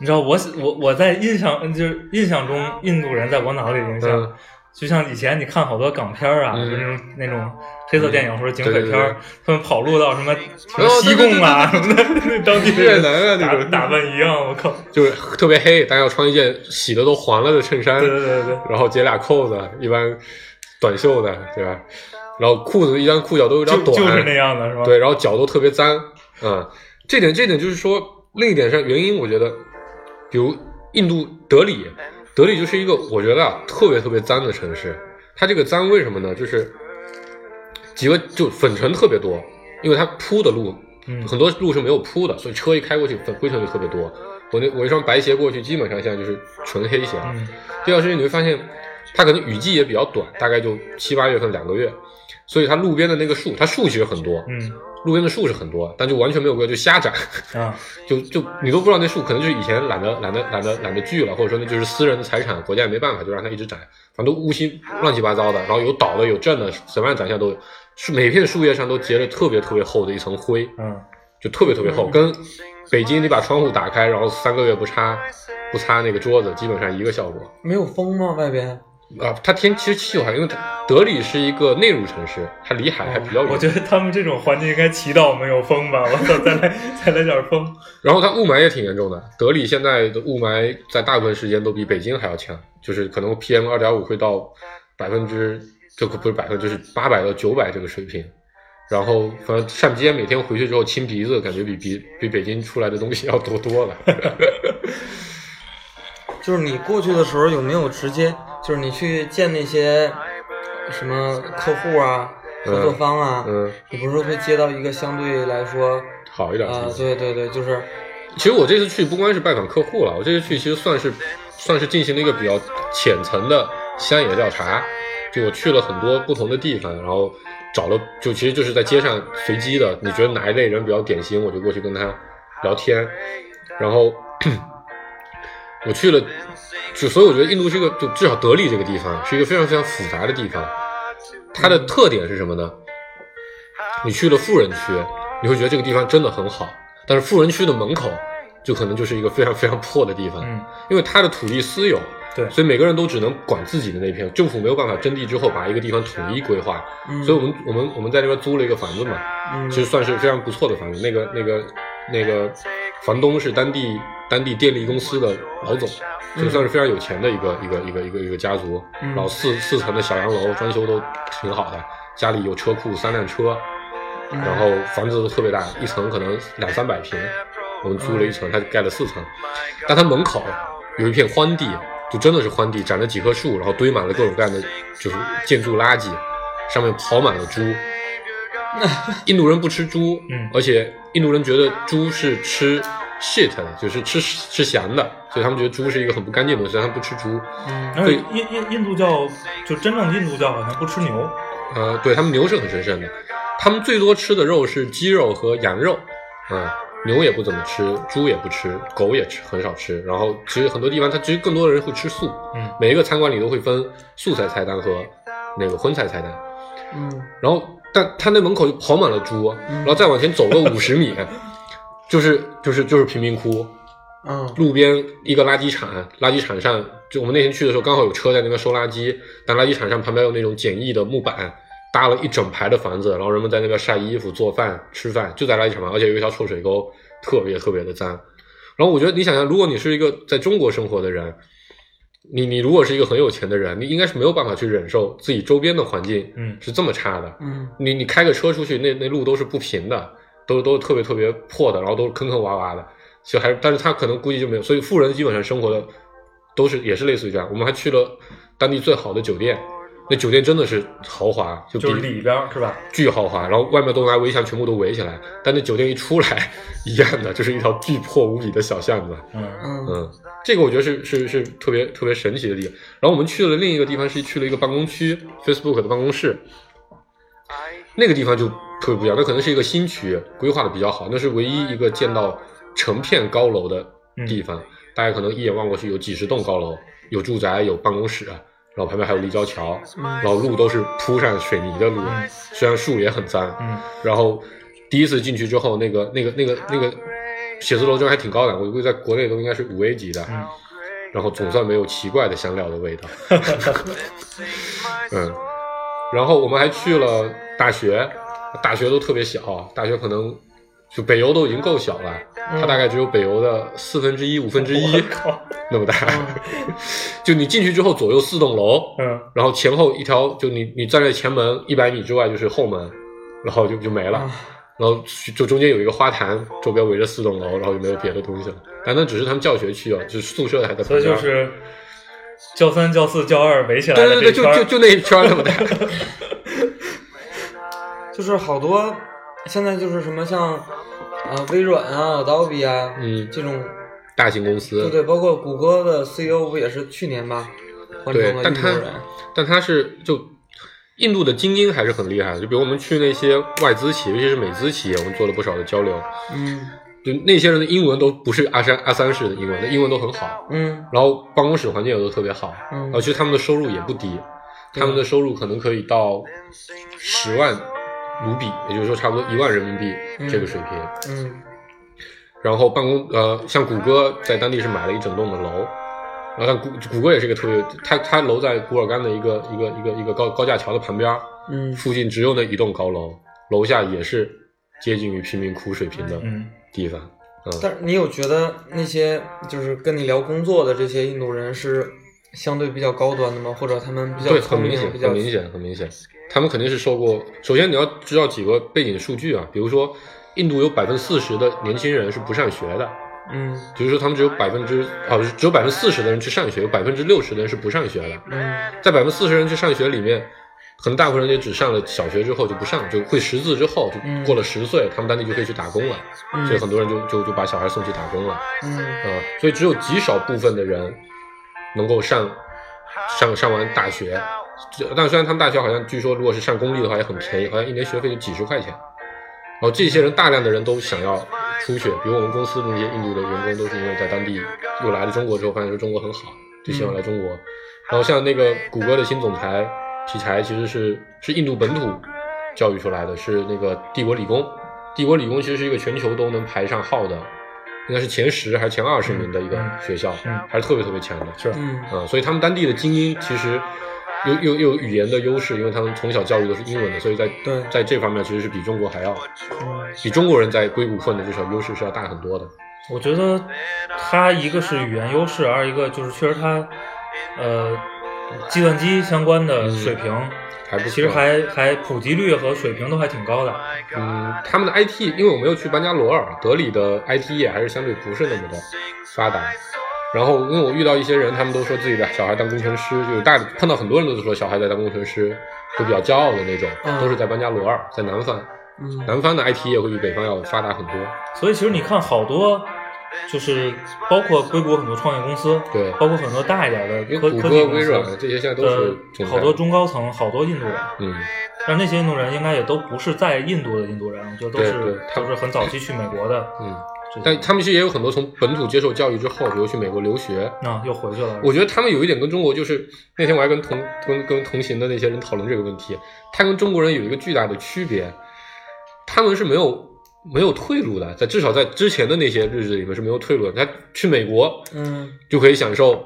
你知道我我我在印象嗯就是印象中印度人在我脑里的影响，
嗯
就像以前你看好多港片儿啊，
嗯
就那种那种黑色电影或者警匪
对对
片儿，他们跑路到什么什么
哦
西贡啊什么的，张继
越南啊那
打
种
打扮一样，我靠！
就是特别黑，但要穿一件洗的都黄了的衬衫，
对对对对
然后解俩扣子，一般短袖的，对吧？然后裤子一般裤脚都有点
就
短，
就是那样的是吧？
对，然后脚都特别脏，嗯，这点这点就是说另一点上原因，我觉得，比如印度德里，德里就是一个我觉得啊特别特别脏的城市，它这个脏为什么呢？就是几个就粉尘特别多，因为它铺的路
嗯，
很多路是没有铺的，所以车一开过去，粉灰尘就特别多。我那我一双白鞋过去，基本上现在就是纯黑鞋。
嗯
第二事情你会发现，它可能雨季也比较短，大概就七八月份两个月，所以它路边的那个树，它树其实很多，
嗯
路边的树是很多，但就完全没有割，就瞎长，
啊，
就就你都不知道那树可能就是以前懒得懒得懒得懒得锯了，或者说那就是私人的财产，国家也没办法，就让它一直长，反正都乌漆乱七八糟的，然后有倒的有正的，什么样长相都有，树每片树叶上都结着特别特别厚的一层灰，
嗯
就特别特别厚，跟北京你把窗户打开，然后三个月不擦不擦那个桌子，基本上一个效果。
没有风吗？外边？
啊，它天其实气候还，因为它德里是一个内陆城市，它离海还比较远。
哦我觉得他们这种环境应该祈祷没有风吧，我操，再来再来点风，
然后它雾霾也挺严重的，德里现在的雾霾在大部分时间都比北京还要强，就是可能 PM 二点五会到百分之，这个不是百分之，就是八百到九百这个水平。然后反正上街每天回去之后清鼻子，感觉比比比北京出来的东西要多 多了。
就是你过去的时候有没有直接，就是你去见那些什么客户啊、
嗯
合作方啊，
嗯，
你不是会接到一个相对来说
好一点。
啊、
其实
对对对，就是
其实我这次去不光是拜访客户了，我这次去其实算是算是进行了一个比较浅层的乡野调查，就我去了很多不同的地方，然后找了就其实就是在街上随机的，你觉得哪一类人比较典型，我就过去跟他聊天，然后 我去了，就所以我觉得印度是一个就至少德里这个地方是一个非常非常复杂的地方，它的特点是什么呢？你去了富人区，你会觉得这个地方真的很好，但是富人区的门口就可能就是一个非常非常破的地方，
嗯，
因为它的土地私有，
对
所以每个人都只能管自己的那片，政府没有办法征地之后把一个地方统一规划，
嗯，
所以我们我们我们在那边租了一个房子嘛，
嗯
其实算是非常不错的房子，那个那个那个房东是当地当地电力公司的老总，所以算是非常有钱的一个、一个一个一个一个家族，
嗯
然后四四层的小洋楼，装修都挺好的，家里有车库三辆车，
嗯
然后房子都特别大，一层可能两三百平，我们租了一层，他盖了四层，但他门口有一片荒地，就真的是荒地，长了几棵树，然后堆满了各种各样的就是建筑垃圾，上面跑满了猪。
嗯
印度人不吃猪，
嗯
而且印度人觉得猪是吃 shit 的，就是吃吃翔的，所以他们觉得猪是一个很不干净的东西，所以他们不吃猪。
嗯
而
对
且印印印度教就真正的印度教好像不吃牛，
呃，对他们牛是很神圣的，他们最多吃的肉是鸡肉和羊肉，啊、牛也不怎么吃，猪也不吃，狗也吃很少吃。然后其实很多地方，它其实更多的人会吃素，
嗯
每一个餐馆里都会分素菜菜单和那个荤菜菜单。
嗯
然后，但他那门口就跑满了猪，然后再往前走个五十米，就是就是就是贫民窟，
嗯
路边一个垃圾场，垃圾场上就我们那天去的时候，刚好有车在那边收垃圾，但垃圾场上旁边有那种简易的木板，搭了一整排的房子，然后人们在那边晒衣服、做饭、吃饭，就在垃圾场旁，而且有一条臭水沟，特别特别的脏。然后我觉得你想想，如果你是一个在中国生活的人，你你如果是一个很有钱的人，你应该是没有办法去忍受自己周边的环境
嗯
是这么差的。
嗯
你你开个车出去，那那路都是不平的，都都是特别特别破的，然后都是坑坑洼洼的，所以还是，但是他可能估计就没有，所以富人基本上生活的都是也是类似于这样。我们还去了当地最好的酒店，那酒店真的是豪华，就比
就是里边儿是吧？
巨豪华，然后外面都拿围墙全部都围起来，但那酒店一出来，一样的就是一条巨破无比的小巷子。
嗯，
嗯
嗯，这个我觉得是是是特别特别神奇的地方。然后我们去了另一个地方，是去了一个办公区，Facebook 的办公室，那个地方就特别不一样，那可能是一个新区，规划的比较好，那是唯一一个见到成片高楼的地方。大家可能一眼望过去，有几十栋高楼，有住宅，有办公室，然后旁边还有立交桥，然后路都是铺上水泥的路，虽然树也很脏。
嗯，
然后第一次进去之后，那个那个那个那个写字楼真还挺高的，我估计在国内都应该是五 A 级的。
嗯
然后总算没有奇怪的香料的味道。嗯，然后我们还去了大学，大学都特别小，大学可能就北邮都已经够小了，它大概只有北邮的四分之一、五分之一
靠，
那么大。 就你进去之后，左右四栋楼，
嗯，
然后前后一条，就你你站在前门一百米之外就是后门，然后就就没了。
啊
然后就中间有一个花坛，周边围着四栋楼，然后就没有别的东西了。但那只是他们教学区啊，就是宿舍还在旁
所
边。
以就是教三、教四、教二围起来
对
的这一
对对，就
圈儿
就就那一圈儿那 么大。
就是好多现在就是什么像啊、微软啊、Adobe 啊、
嗯，
这种，
大型公
对
司，
对，包括谷歌的 CEO 不也是去年吧换
对
成了
但
印度
他
人？
但他是就印度的精英还是很厉害的。就比如我们去那些外资企业，尤其是美资企业，我们做了不少的交流，
嗯
就那些人的英文都不是阿三阿三式的英文，那英文都很好。
嗯
然后办公室环境也都特别好，
嗯
然后其实他们的收入也不低，他们的收入可能可以到十万卢比，也就是说差不多一万人民币
嗯
这个水平。
嗯
然后办公呃，像谷歌在当地是买了一整栋的楼，然后但谷谷歌也是一个特别，它它楼在古尔干的一个一个一个一个高高架桥的旁边儿，
嗯
附近只有那一栋高楼，楼下也是接近于贫民窟水平的
嗯，
地方。
但是你有觉得那些就是跟你聊工作的这些印度人是相对比较高端的吗？或者他们比较
对，很
聪
明
明
显，，
比较
很明显，很明显，他们肯定是受过。首先你要知道几个背景数据啊，比如说印度有百分之四十的年轻人是不上学的，
嗯
就是说他们只有百分之啊，只有百分之四十的人去上学，有百分之六十的人是不上学的。
嗯
在百分之四十人去上学里面，可能大部分人也只上了小学之后就不上，就会识字之后
嗯
就过了十岁，他们当地就可以去打工了，
嗯
所以很多人就就就把小孩送去打工了，
嗯
啊、所以只有极少部分的人能够上上上完大学，这但虽然他们大学好像据说如果是上公立的话也很便宜，好像一年学费就几十块钱，然后这些人大量的人都想要出去，比如我们公司的那些印度的员工都是因为在当地又来了中国之后发现说中国很好，就希望来中国。然后像那个谷歌的新总裁皮柴，其实是是印度本土教育出来的，是那个帝国理工。帝国理工其实是一个全球都能排上号的，应该是前十还是前二十名的一个
嗯
学校，
嗯
还是特别特别强的。是
嗯
啊、所以他们当地的精英其实又又又有语言的优势，因为他们从小教育都是英文的，所以在
对
在这方面其实是比中国还要比中国人在硅谷混的至少优势是要大很多的。
我觉得他一个是语言优势，二一个就是确实他呃计算机相关的水平。
嗯还不错
其实还还普及率和水平都还挺高的，
嗯，他们的 IT，因为我没有去班加罗尔，德里的 IT 业还是相对不是那么的发达。然后，因为我遇到一些人，他们都说自己的小孩当工程师，就有大碰到很多人都是说小孩在当工程师，就比较骄傲的那种，
嗯
都是在班加罗尔，在南方，
嗯
南方的 IT 业会比北方要发达很多。
所以其实你看好多，就是包括硅谷很多创业公司，
对
包括很多大一点的
因
科
为谷
科技
歌、
公
微
司，
软这些现在都是
呃，
总裁
好多中高层，好多印度人，
嗯，
但那些印度人应该也都不是在印度的印度人，我觉得都
对
是
对他
都是很早期去美国的，
嗯，
这
但他们其实也有很多从本土接受教育之后，比如去美国留学，
啊又回去了，
我觉得他们有一点跟中国就是，那天我还跟同跟跟同行的那些人讨论这个问题，他跟中国人有一个巨大的区别，他们是没有没有退路的，在至少在之前的那些日子里面是没有退路的。他去美国
嗯
就可以享受，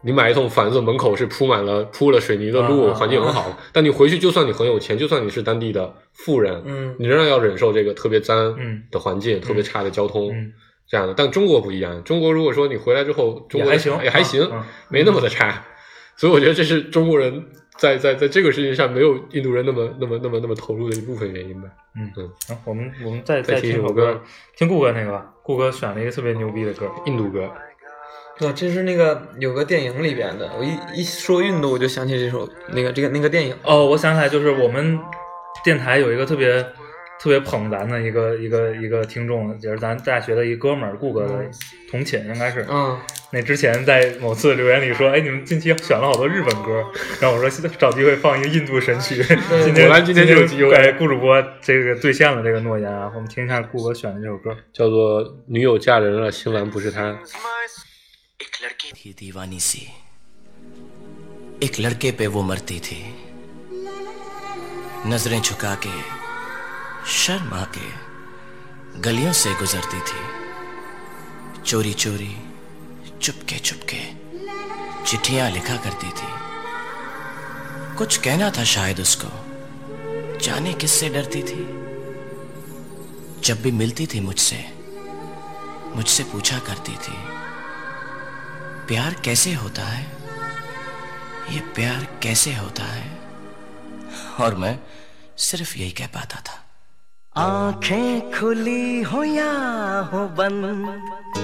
你买一栋房子门口是铺满了铺了水泥的路，
啊
环境很好，但你回去就算你很有钱，就算你是当地的富人，
嗯
你仍然要忍受这个特别脏
嗯
的环境、特别差的交通。
嗯
这样的，但中国不一样。中国如果说你回来之后，中
也
国
还行
也还行，
嗯嗯
没那么的差。所以我觉得这是中国人在在在这个事情上没有印度人那么那么那么那么投入的一部分原因吧。
行，我们我们再
再
再
听一
听
首
首
歌
歌，听顾哥那个吧，顾哥选了一个特别牛逼的歌，
印度歌，
啊，这是那个有个电影里边的，我一一说印度我就想起这首那个这个那个电影，
哦，我想起来，就是我们电台有一个特别特别捧咱的一个一个一个听众，也是咱大学的一哥们儿，顾哥
嗯
的同寝应该
哦
是。
嗯，
那之前在某次留言里说，哎，你们近期选了好多日本歌，然后我说找机会放一个印度神曲。今天
果然今天就有机会
哎，顾主播这个兑现了这个诺言啊！我们听一下顾哥选的这首歌。
叫做《女友嫁人了，新郎不是她》。
थी दीवानी सी एक लड़के पे वो मरती थी नजरें झुका के शर्मा के गलियों से गुजरती थी चोरी चोरी चुपके चुपके चिट्ठियां लिखा करती थी कुछ कहना था शायद उसको जाने किससे डरती थी जब भी मिलती थी मुझसे मुझसे पूछा करती थी प्यार कैसे होता है ये प्यार कैसे होता है और मैं सिर्फ यही कह पाता था आंखें खुली हो या हो बंद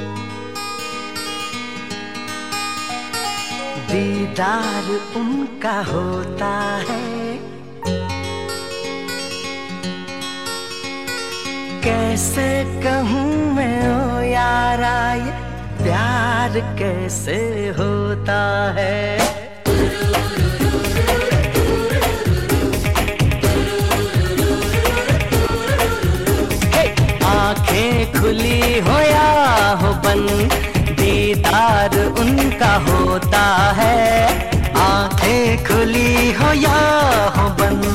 दीदार उनका होता है कैसे कहूँ मैं ओ यारा ये प्यार कैसे होता है आंखें खुली हो या हो बंद दीदार उनका होता है आंखें खुली हो या हो बंद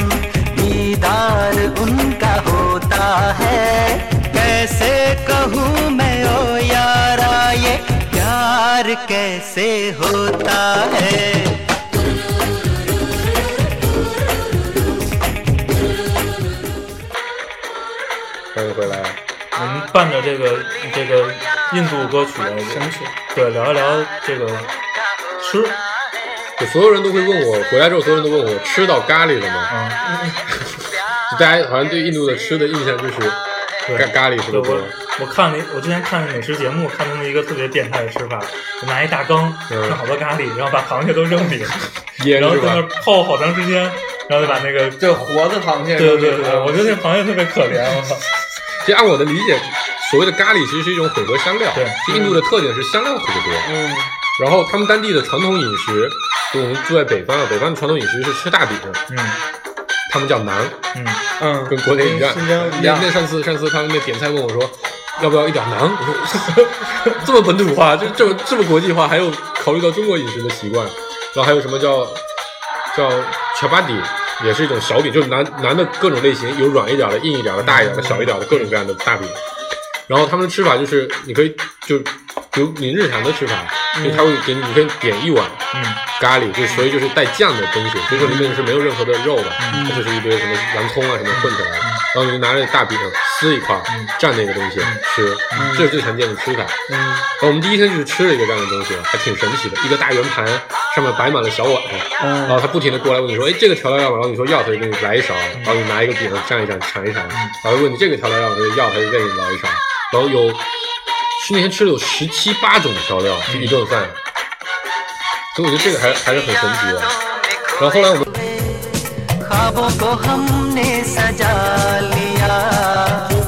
दीदार उनका होता है कैसे कहूँ मैं ओ यारा ये प्यार कैसे होता है
欢迎回来。
我们伴着这个这个印度歌曲，神曲，对，聊一聊这个吃。
就所有人都会问我，回来之后所有人都问我吃到咖喱了吗？
嗯，
就大家好像对印度的吃的印象就是咖咖喱是
对
不
我
是？
我看了一，我之前看美食节目，看他们一个特别变态的吃法，就拿一大缸
嗯
盛好多咖喱，然后把螃蟹都扔 里，
腌
然后
是
在那儿
吧？
泡好长时间，然后再把那个。
就活的螃蟹，
对对对对，我觉得那螃蟹特别可怜，我操！
其实按我的理解，所谓的咖喱其实是一种混合香料。
对，
印度的特点是香料特别多。
嗯，
然后他们当地的传统饮食，就我们住在北方啊，北方的传统饮食是吃大饼，
嗯
他们叫馕，
嗯，
嗯，
跟国内一样。
新疆一
那
样，
那上次上次他们那点菜问我说，要不要一点馕？ 我说这么本土化，就这么这么国际化，还有考虑到中国饮食的习惯，然后还有什么叫叫 chapati，也是一种小饼，就是馕馕的各种类型，有软一点的、硬一点的、大一点的、小一点的各种各样的大饼。然后他们的吃法就是，你可以就比如你日常的吃法，就他会给你，你可以点一碗，
嗯，
咖喱，就所以就是带酱的东西，所以说里面是没有任何的肉的，它就是一堆什么洋葱啊什么混起来的，然后你就拿着大饼撕一块儿蘸那个东西吃，这是最常见的吃法。
嗯，
然后我们第一天就是吃了一个这样的东西，还挺神奇的，一个大圆盘上面摆满了小碗，然后他不停的过来问你说，哎，这个调料要吗？然后你说要，他就给你来一勺，然后你拿一个饼蘸一蘸尝一尝，然后问你这个调料要吗？他就要，他就再给你来一勺，然后有。是那天吃了有十七八种调料，就一顿饭，所以我觉得这个还还是很神奇的。然后后来我们
ख्वाबों को हमने सजा लिया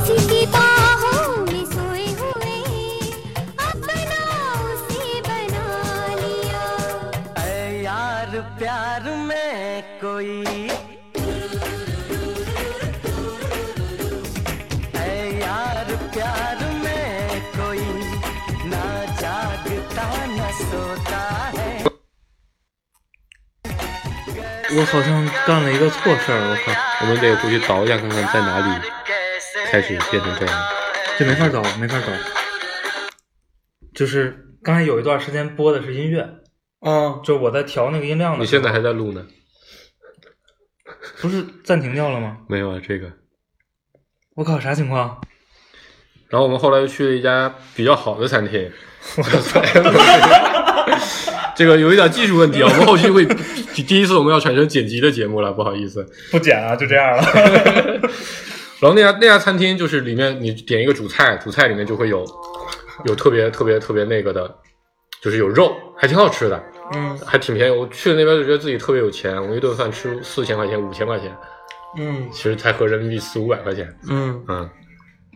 किसकी बाहों में सोए हुए अपना उसे बना लिया
ऐ यार प्यार में कोई ऐ यार प्यार में कोई ना जागता ना सोता है
我好像干了一个错事儿，我靠，
我们得回去倒一下，看看在哪里开始变成这样。
这没法找，没法找。就是刚才有一段时间播的是音乐，
啊，
就我在调那个音量
你
的时候，
现在还在录呢？
不是暂停掉了吗？
没有啊，这个。
我靠，啥情况？
然后我们后来又去了一家比较好的餐厅， 这个有一点技术问题啊，我们后续会第一次我们要产生剪辑的节目了，不好意思。
不剪啊，就这 样了。
然后那家那家餐厅就是里面你点一个主菜，主菜里面就会有有特别特别特别那个的，就是有肉，还挺好吃的，
嗯
还挺便宜。我去那边就觉得自己特别有钱，我一顿饭吃四千块钱、五千块钱，
嗯
其实才合人民币四五百块钱。
嗯
嗯，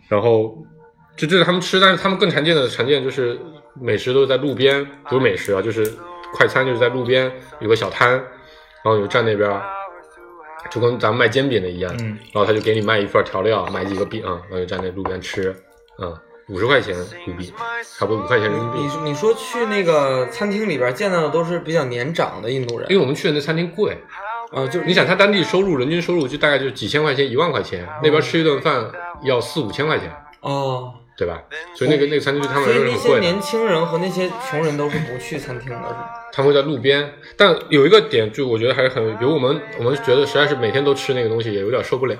然后这这是他们吃，但是他们更常见的常见就是美食都是在路边，有美食啊，就是快餐就是在路边有个小摊，然后你就站那边儿，就跟咱们卖煎饼的一样，
嗯
然后他就给你卖一份调料，买几个饼，然后就站在路边吃，嗯，五十块钱卢比，差不多五块钱人民
你
币，
你说去那个餐厅里边见到的都是比较年长的印度人
因为我们去的那餐厅贵，呃
啊，就是
你想他当地收入人均收入就大概就几千块钱一万块钱，那边吃一顿饭要四五千块钱，
哦，
对吧？所以那个那个餐厅对他们
所
来
以那
说是很
些
贵的
年。轻人和那些穷人都是不去餐厅的，是吧
他们会在路边。但有一个点，就我觉得还是很，比如我们我们觉得实在是每天都吃那个东西也有点受不了。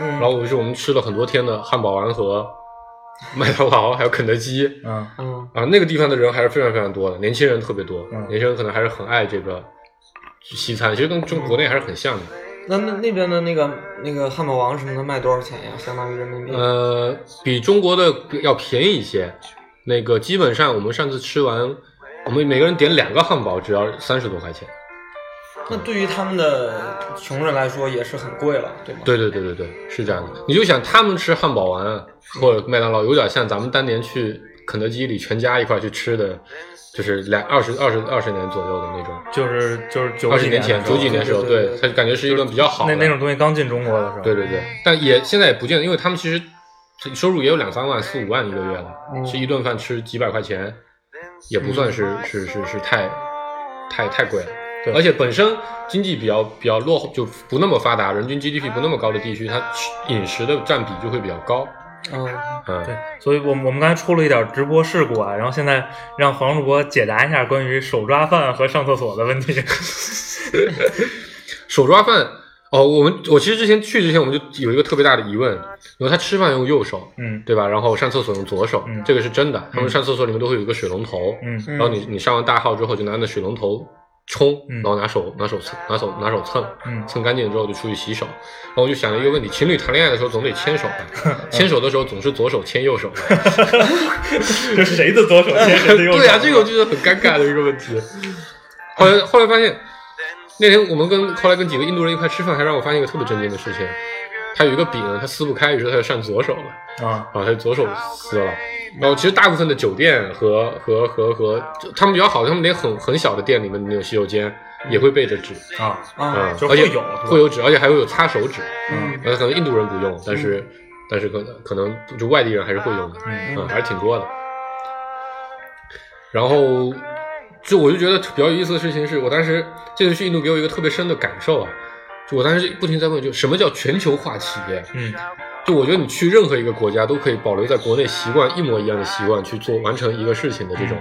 然
嗯
后于是我们吃了很多天的汉堡王和麦当劳，还有肯德基
嗯
嗯
啊，那个地方的人还是非常非常多的，年轻人特别多，
嗯
年轻人可能还是很爱这个西餐，其实跟中国内还是很像的。
那那那边的那个那个汉堡王什么的卖多少钱呀？相当于人民币？
呃，比中国的要便宜一些。那个基本上我们上次吃完，我们每个人点两个汉堡，只要三十多块钱。
那对于他们的穷人来说也是很贵了，对吗？
对对对对对，是这样的。你就想他们吃汉堡王或者麦当劳，有点像咱们当年去肯德基里全家一块去吃的，就是两二十二十二十年左右的那种，
就是就是九
二
几
十年
的时
前
候
九几年时候，
对对
对，它感觉是一顿比较好
那
的
那种。东西刚进中国的时候，
对对对，但也现在也不见得，因为他们其实收入也有两三万、四五万一个月了，吃一顿饭吃几百块钱，也不算是、是是是太太太贵了。
对
而且本身经济比较比较落后，就不那么发达，人均 GDP 不那么高的地区，它吃饮食的占比就会比较高。
嗯，
嗯，
所以我们我们刚才出了一点直播事故啊，然后现在让黄主播解答一下关于手抓饭和上厕所的问题。
手抓饭哦，我们我其实之前去之前我们就有一个特别大的疑问，因为他吃饭用右手，
嗯
对吧？然后上厕所用左手，
嗯
这个是真的。他们
嗯
上厕所里面都会有一个水龙头，
嗯
然后你你上完大号之后就拿那水龙头冲，
嗯
然后拿手拿手蹭拿手拿手蹭，
嗯
蹭干净之后就出去洗手。然后我就想了一个问题：情侣谈恋爱的时候总得牵手 吧？牵手的时候总是左手牵右手 吧，
这谁的左手牵谁 的右手？
对呀、啊这个就是很尴尬的一个问题。后来后来发现，那天我们跟后来跟几个印度人一块吃饭，还让我发现一个特别震惊的事情，他有一个饼他撕不开，于是他就上左手了，
啊，
啊，他就左手撕了。然后其实大部分的酒店和和和和就他们比较好，他们连很很小的店里面的那种洗手间也会备着纸
啊
啊
啊，，
就
而且
会有是吧
会有纸，而且还会有擦手纸。
嗯
呃，可能印度人不用，但是、但是可能可能就外地人还是会用的，
嗯
还是挺多的。然后就我就觉得比较有意思的事情是，我当时这次去印度给我一个特别深的感受啊，就我当时不停在问，就什么叫全球化企业？
嗯
就我觉得你去任何一个国家都可以保留在国内习惯一模一样的习惯去做完成一个事情的这种。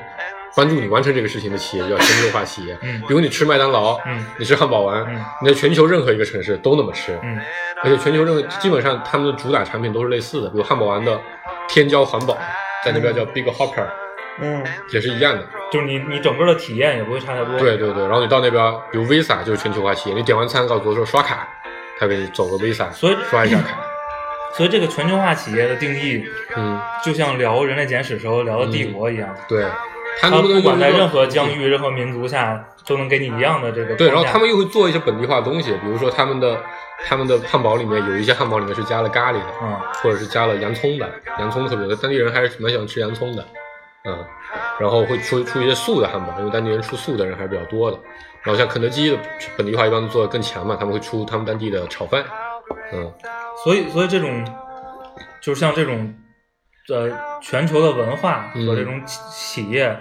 帮助你完成这个事情的企业叫全球化企业，
嗯
比如你吃麦当劳，
嗯
你吃汉堡王，
嗯
你在全球任何一个城市都那么吃，
嗯
而且全球认为基本上他们的主打产品都是类似的，比如汉堡王的天骄环保，在那边叫 Big Hopper，
嗯
也是一样的。
就是你你整个的体验也不会差太多。
对对对，然后你到那边，比如 Visa 就是全球化企业，你点完餐告诉我说刷卡，他给你走个 Visa，
所以
刷一下卡。
所以这个全球化企业的定义，
嗯，
就像聊人类简史时候聊的帝国一样，
对，嗯他
它
能能
不管
用
在
一个
任何疆域、任何民族下，都能给你一样的这个
对，然
框
后
架
他们又会做一些本地化的东西，比如说他们的他们的汉堡里面有一些汉堡里面是加了咖喱的，
嗯
或者是加了洋葱的，洋葱特别多，当地人还是蛮喜欢吃洋葱的，嗯，然后会出出一些素的汉堡，因为当地人吃素的人还是比较多的。然后像肯德基的本地化一般做的更强嘛，他们会出他们当地的炒饭，嗯，
所以，所以这种，就像这种，呃，全球的文化
嗯
和这种企企业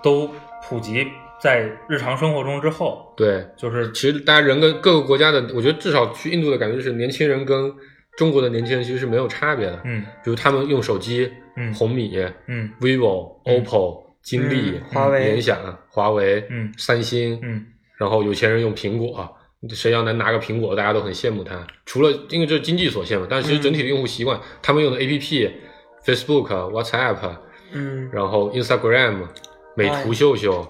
都普及在日常生活中之后，
对，
就是
其实大家人跟各个国家的，我觉得至少去印度的感觉就是年轻人跟中国的年轻人其实是没有差别的，
嗯
比如他们用手机，
嗯
红米，
嗯
vivo、
嗯
OPPO、金立、
嗯华为
联想、华为、
嗯
三星，
嗯
然后有钱人用苹果，啊谁要能拿个苹果，大家都很羡慕他。除了因为这是经济所限嘛，但是其实整体的用户习惯，他们用的 APP、Facebook、WhatsApp，
嗯
然后 Instagram、美图秀秀，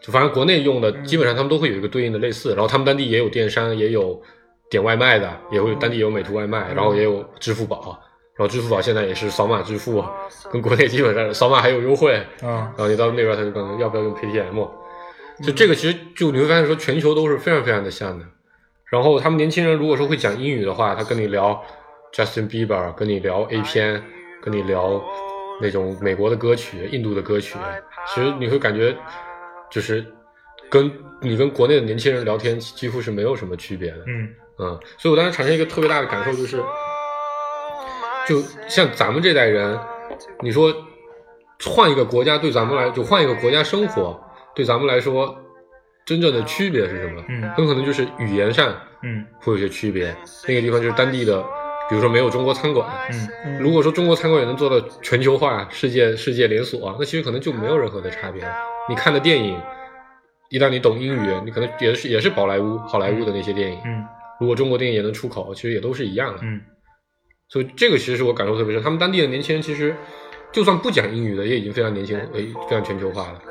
就反正国内用的，基本上他们都会有一个对应的类似。然后他们当地也有电商，也有点外卖的，也会当地有美图外卖，然后也有支付宝。然后支付宝现在也是扫码支付，啊跟国内基本上扫码还有优惠，
啊
然后你到那边他就告诉你要不要用 PTM，就这个其实就你会发现说全球都是非常非常的像的。然后他们年轻人如果说会讲英语的话，他跟你聊 Justin Bieber，跟你聊 A 片，跟你聊那种美国的歌曲、印度的歌曲，其实你会感觉就是跟你跟国内的年轻人聊天几乎是没有什么区别的。
嗯
嗯，所以我当时产生一个特别大的感受就是，就像咱们这代人，你说换一个国家对咱们来，就换一个国家生活，对咱们来说，真正的区别是什么？
嗯
很可能就是语言上
嗯
会有些区别。那个地方就是当地的，比如说没有中国餐馆。
嗯
如果说中国餐馆也能做到全球化、世界世界连锁，那其实可能就没有任何的差别了。你看的电影，一旦你懂英语，你可能也是也是宝莱坞、好莱坞的那些电影。
嗯
如果中国电影也能出口，其实也都是一样的。
嗯
所以这个其实是我感受特别深。他们当地的年轻人其实就算不讲英语的，也已经非常年轻，呃，非常全球化了。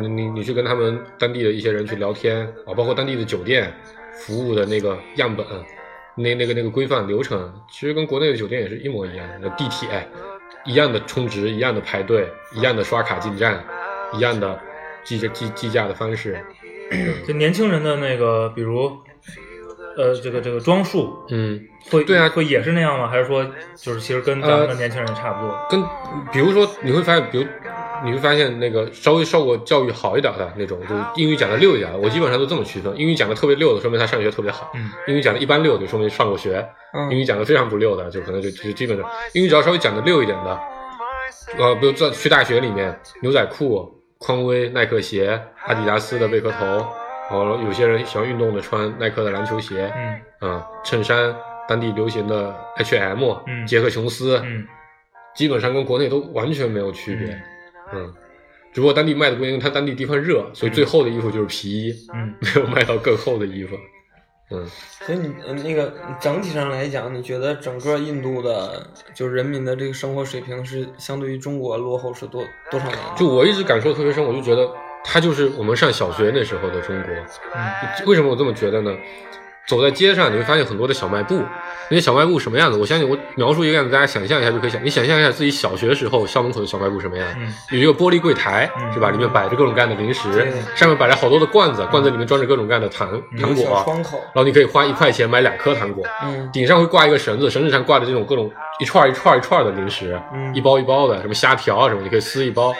你你你去跟他们当地的一些人去聊天啊，包括当地的酒店服务的那个样本，那那个那个规范流程，其实跟国内的酒店也是一模一样的。地铁一样的充值，一样的排队，一样的刷卡进站，
嗯
一样的计价计计价的方式。
就年轻人的那个，比如，呃，这个这个装束
嗯，
会
对啊
会也是那样吗？还是说就是其实跟咱们的
呃
年轻人差不多？
跟比如说你会发现，比如你会发现那个稍微受过教育好一点的那种，就是英语讲的溜一点的，我基本上都这么区分：英语讲的特别溜的，说明他上学特别好；
嗯
英语讲的一般溜，就说明上过学；
嗯
英语讲的非常不溜的，就可能就就基本上英语只要稍微讲的溜一点的，呃，比如在去大学里面，牛仔裤、匡威、耐克鞋、阿迪达斯的贝壳头，然后有些人喜欢运动的穿耐克的篮球鞋，
嗯
啊，衬衫，当地流行的 H&M，
嗯
杰克琼斯，
嗯
基本上跟国内都完全没有区别
嗯。
嗯，只不过当地卖的不一样，它当地地方热，所以最厚的衣服就是皮衣，
嗯
没有卖到更厚的衣服。嗯，
所以你呃那个整体上来讲，你觉得整个印度的就人民的这个生活水平是相对于中国落后是多多少年的？
就我一直感受特别深，我就觉得它就是我们上小学那时候的中国。
嗯
为什么我这么觉得呢？走在街上，你会发现很多的小卖部，那些小卖部什么样子？我相信我描述一个样子，大家想象一下就可以想。你想象一下自己小学时候校门口的小卖部什么样？
嗯
有一个玻璃柜台，
嗯
是吧？里面摆着各种各样的零食
对，
上面摆着好多的罐子，罐子里面装着各种各样的糖
有
糖
个
果，啊
小窗口，
然后你可以花一块钱买两颗糖果，
嗯
顶上会挂一个绳子，绳子上挂着这种各种一串儿一串儿一串儿的零食，
嗯
一包一包的，什么虾条啊什么，你可以撕一包，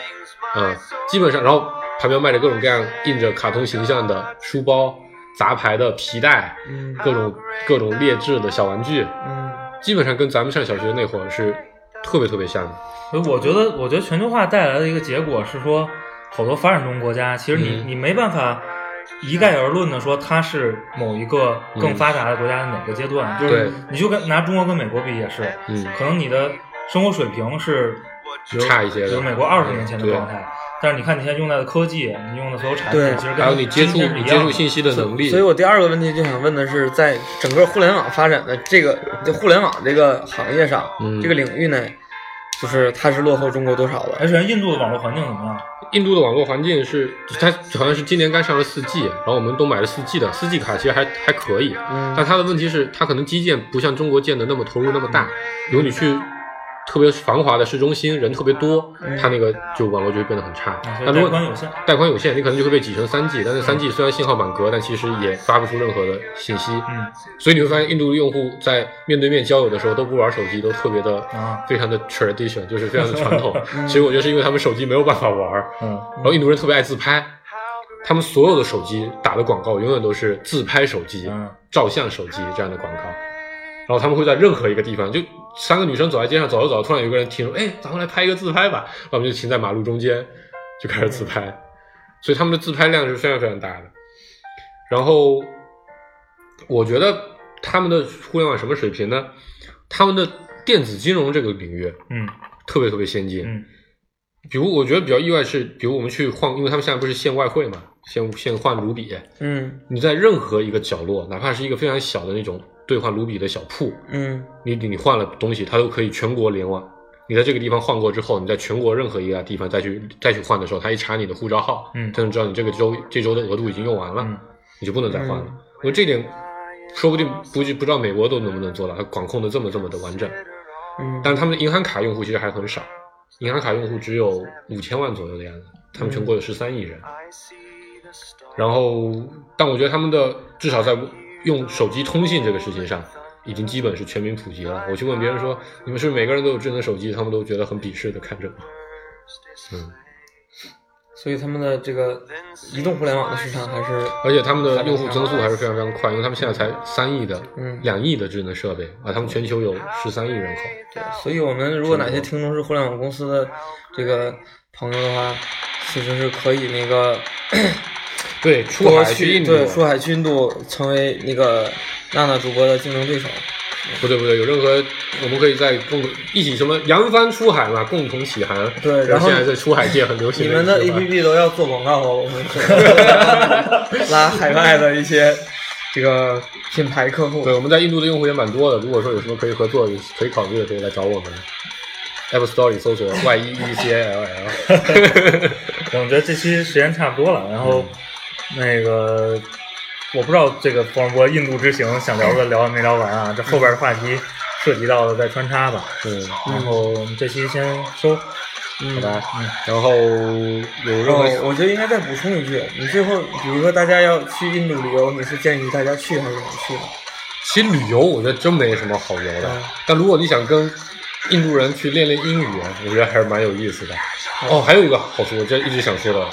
嗯，基本上，然后旁边卖着各种各样印着卡通形象的书包、杂牌的皮带，
嗯
各种各种劣质的小玩具，
嗯
基本上跟咱们上小学那会儿是特别特别像的。
所以我觉得，我觉得全球化带来的一个结果是说，好多发展中国家，其实你、
嗯
你没办法一概而论的说它是某一个更发达的国家的哪个阶段，就是
嗯对
你就跟拿中国跟美国比也是，
嗯
可能你的生活水平是比如
差一些的
比如美国二十年前的
对
状态。但是你看你现在用到的科技，你用的所有产
对
品，其实跟
还有你接触
今天是
你
一
接
样
触
的
信息的能力，
所以我第二个问题就想问的是，在整个互联网发展的这个这互联网这个行业上，
嗯
这个领域内，就是它是落后中国多少的？
而且印度的网络环境怎么样？啊
印度的网络环境是，它好像是今年刚上了四 G，然后我们都买了四 G 的，四 G 卡其实还还可以，
嗯
但它的问题是，它可能基建不像中国建的那么投入那么大，比如你去特别繁华的市中心，人特别多，它那个就网络就会变得很差。
嗯啊所以
那啊如
带
果
宽有限。
带宽有限，你可能就会被挤成三 G，但是三 G 虽然信号满格，但其实也发不出任何的信息。
嗯
所以你会发现，印度的用户在面对面交友的时候都不玩手机，都特别的
啊
非常的 tradition，就是非常的传统。 其实我觉得是因为他们手机没有办法玩儿，
嗯
然后印度人特别爱自拍，他们所有的手机打的广告永远都是自拍手机、
嗯
照相手机这样的广告。然后他们会在任何一个地方，就三个女生走在街上走着走着，突然有个人停住，哎，咱们来拍一个自拍吧。然后我们就停在马路中间，就开始自拍。所以他们的自拍量是非常非常大的。然后我觉得他们的互联网什么水平呢？他们的电子金融这个领域
嗯
特别特别先进。
嗯
比如我觉得比较意外是，比如我们去换，因为他们现在不是限外汇嘛，限限换卢比。
嗯
你在任何一个角落，哪怕是一个非常小的那种兑换卢比的小铺，
嗯
你你你换了东西，它都可以全国联网。你在这个地方换过之后，你在全国任何一个地方再去再去换的时候，他一查你的护照号，
嗯
他就知道你这个周这周的额度已经用完了，
嗯
你就不能再换了。我觉得这点说不定不不知道美国都能不能做到，它管控的这么这么的完整。
嗯，
但是他们的银行卡用户其实还很少，银行卡用户只有五千万左右的样子，他们全国有十三亿人。然后，但我觉得他们的至少在用手机通信这个事情上，已经基本是全民普及了。我去问别人说，你们是不是每个人都有智能手机？他们都觉得很鄙视的看着我。嗯，
所以他们的这个移动互联网的市场还是
而且他们的用户增速还是非常非常快，因为他们现在才三亿的、
啊嗯
两亿的智能设备啊，他们全球有十三亿人口。
对，所以我们如果哪些听众是互联网公司的这个朋友的话，其实是可以那 个
对，出
多
海去
去
印度，
对出海去印度，成为那个娜娜主播的竞争对手。
不对不对，有任何我们可以在共同一起什么扬帆出海嘛，共同起航。
对然后
现在在出海界很流行
你们的
一句话
APP 都要做广告哦，我们 是拉海外的一些这个品牌客户
对，。我们在印度的用户也蛮多的。如果说有什么可以合作、可以考虑的，可以来找我们。App Store 里 搜索 Y E E C A L L。
我觉得这期时间差不多了，然后
嗯
那个我不知道这个广播印度之行想聊的聊没聊完啊，这后边的话题涉及到的再穿插吧。
嗯，
然后我们这期先收，
嗯
好，吧。然后有任
然后
何
哦
我觉得应该再补充一句，你最后比如说大家要去印度旅游，你是建议大家去还是不去呢？
其实旅游我觉得真没什么好聊的
嗯，
但如果你想跟印度人去练练英语，我觉得还是蛮有意思的。
嗯
哦，还有一个好处，我这一直想说的，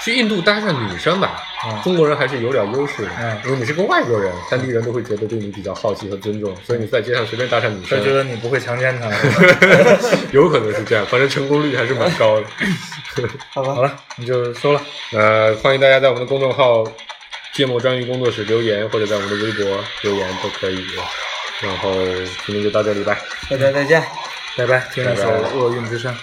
去印度搭上女生吧，
嗯
中国人还是有点优势的。
嗯
如果你是个外国人，当地人都会觉得对你比较好奇和尊重，所以你在街上随便搭上女
他
生，
觉得你不会强奸 他。
有可能是这样，反正成功率还是蛮高的。
好吧
好，了，你就收了。
呃，欢迎大家在我们的公众号“芥末章鱼工作室”留言，或者在我们的微博留言都可以。然后今天就到这里吧。
大家再见。
拜拜，听一首
拜拜
《厄运之声》。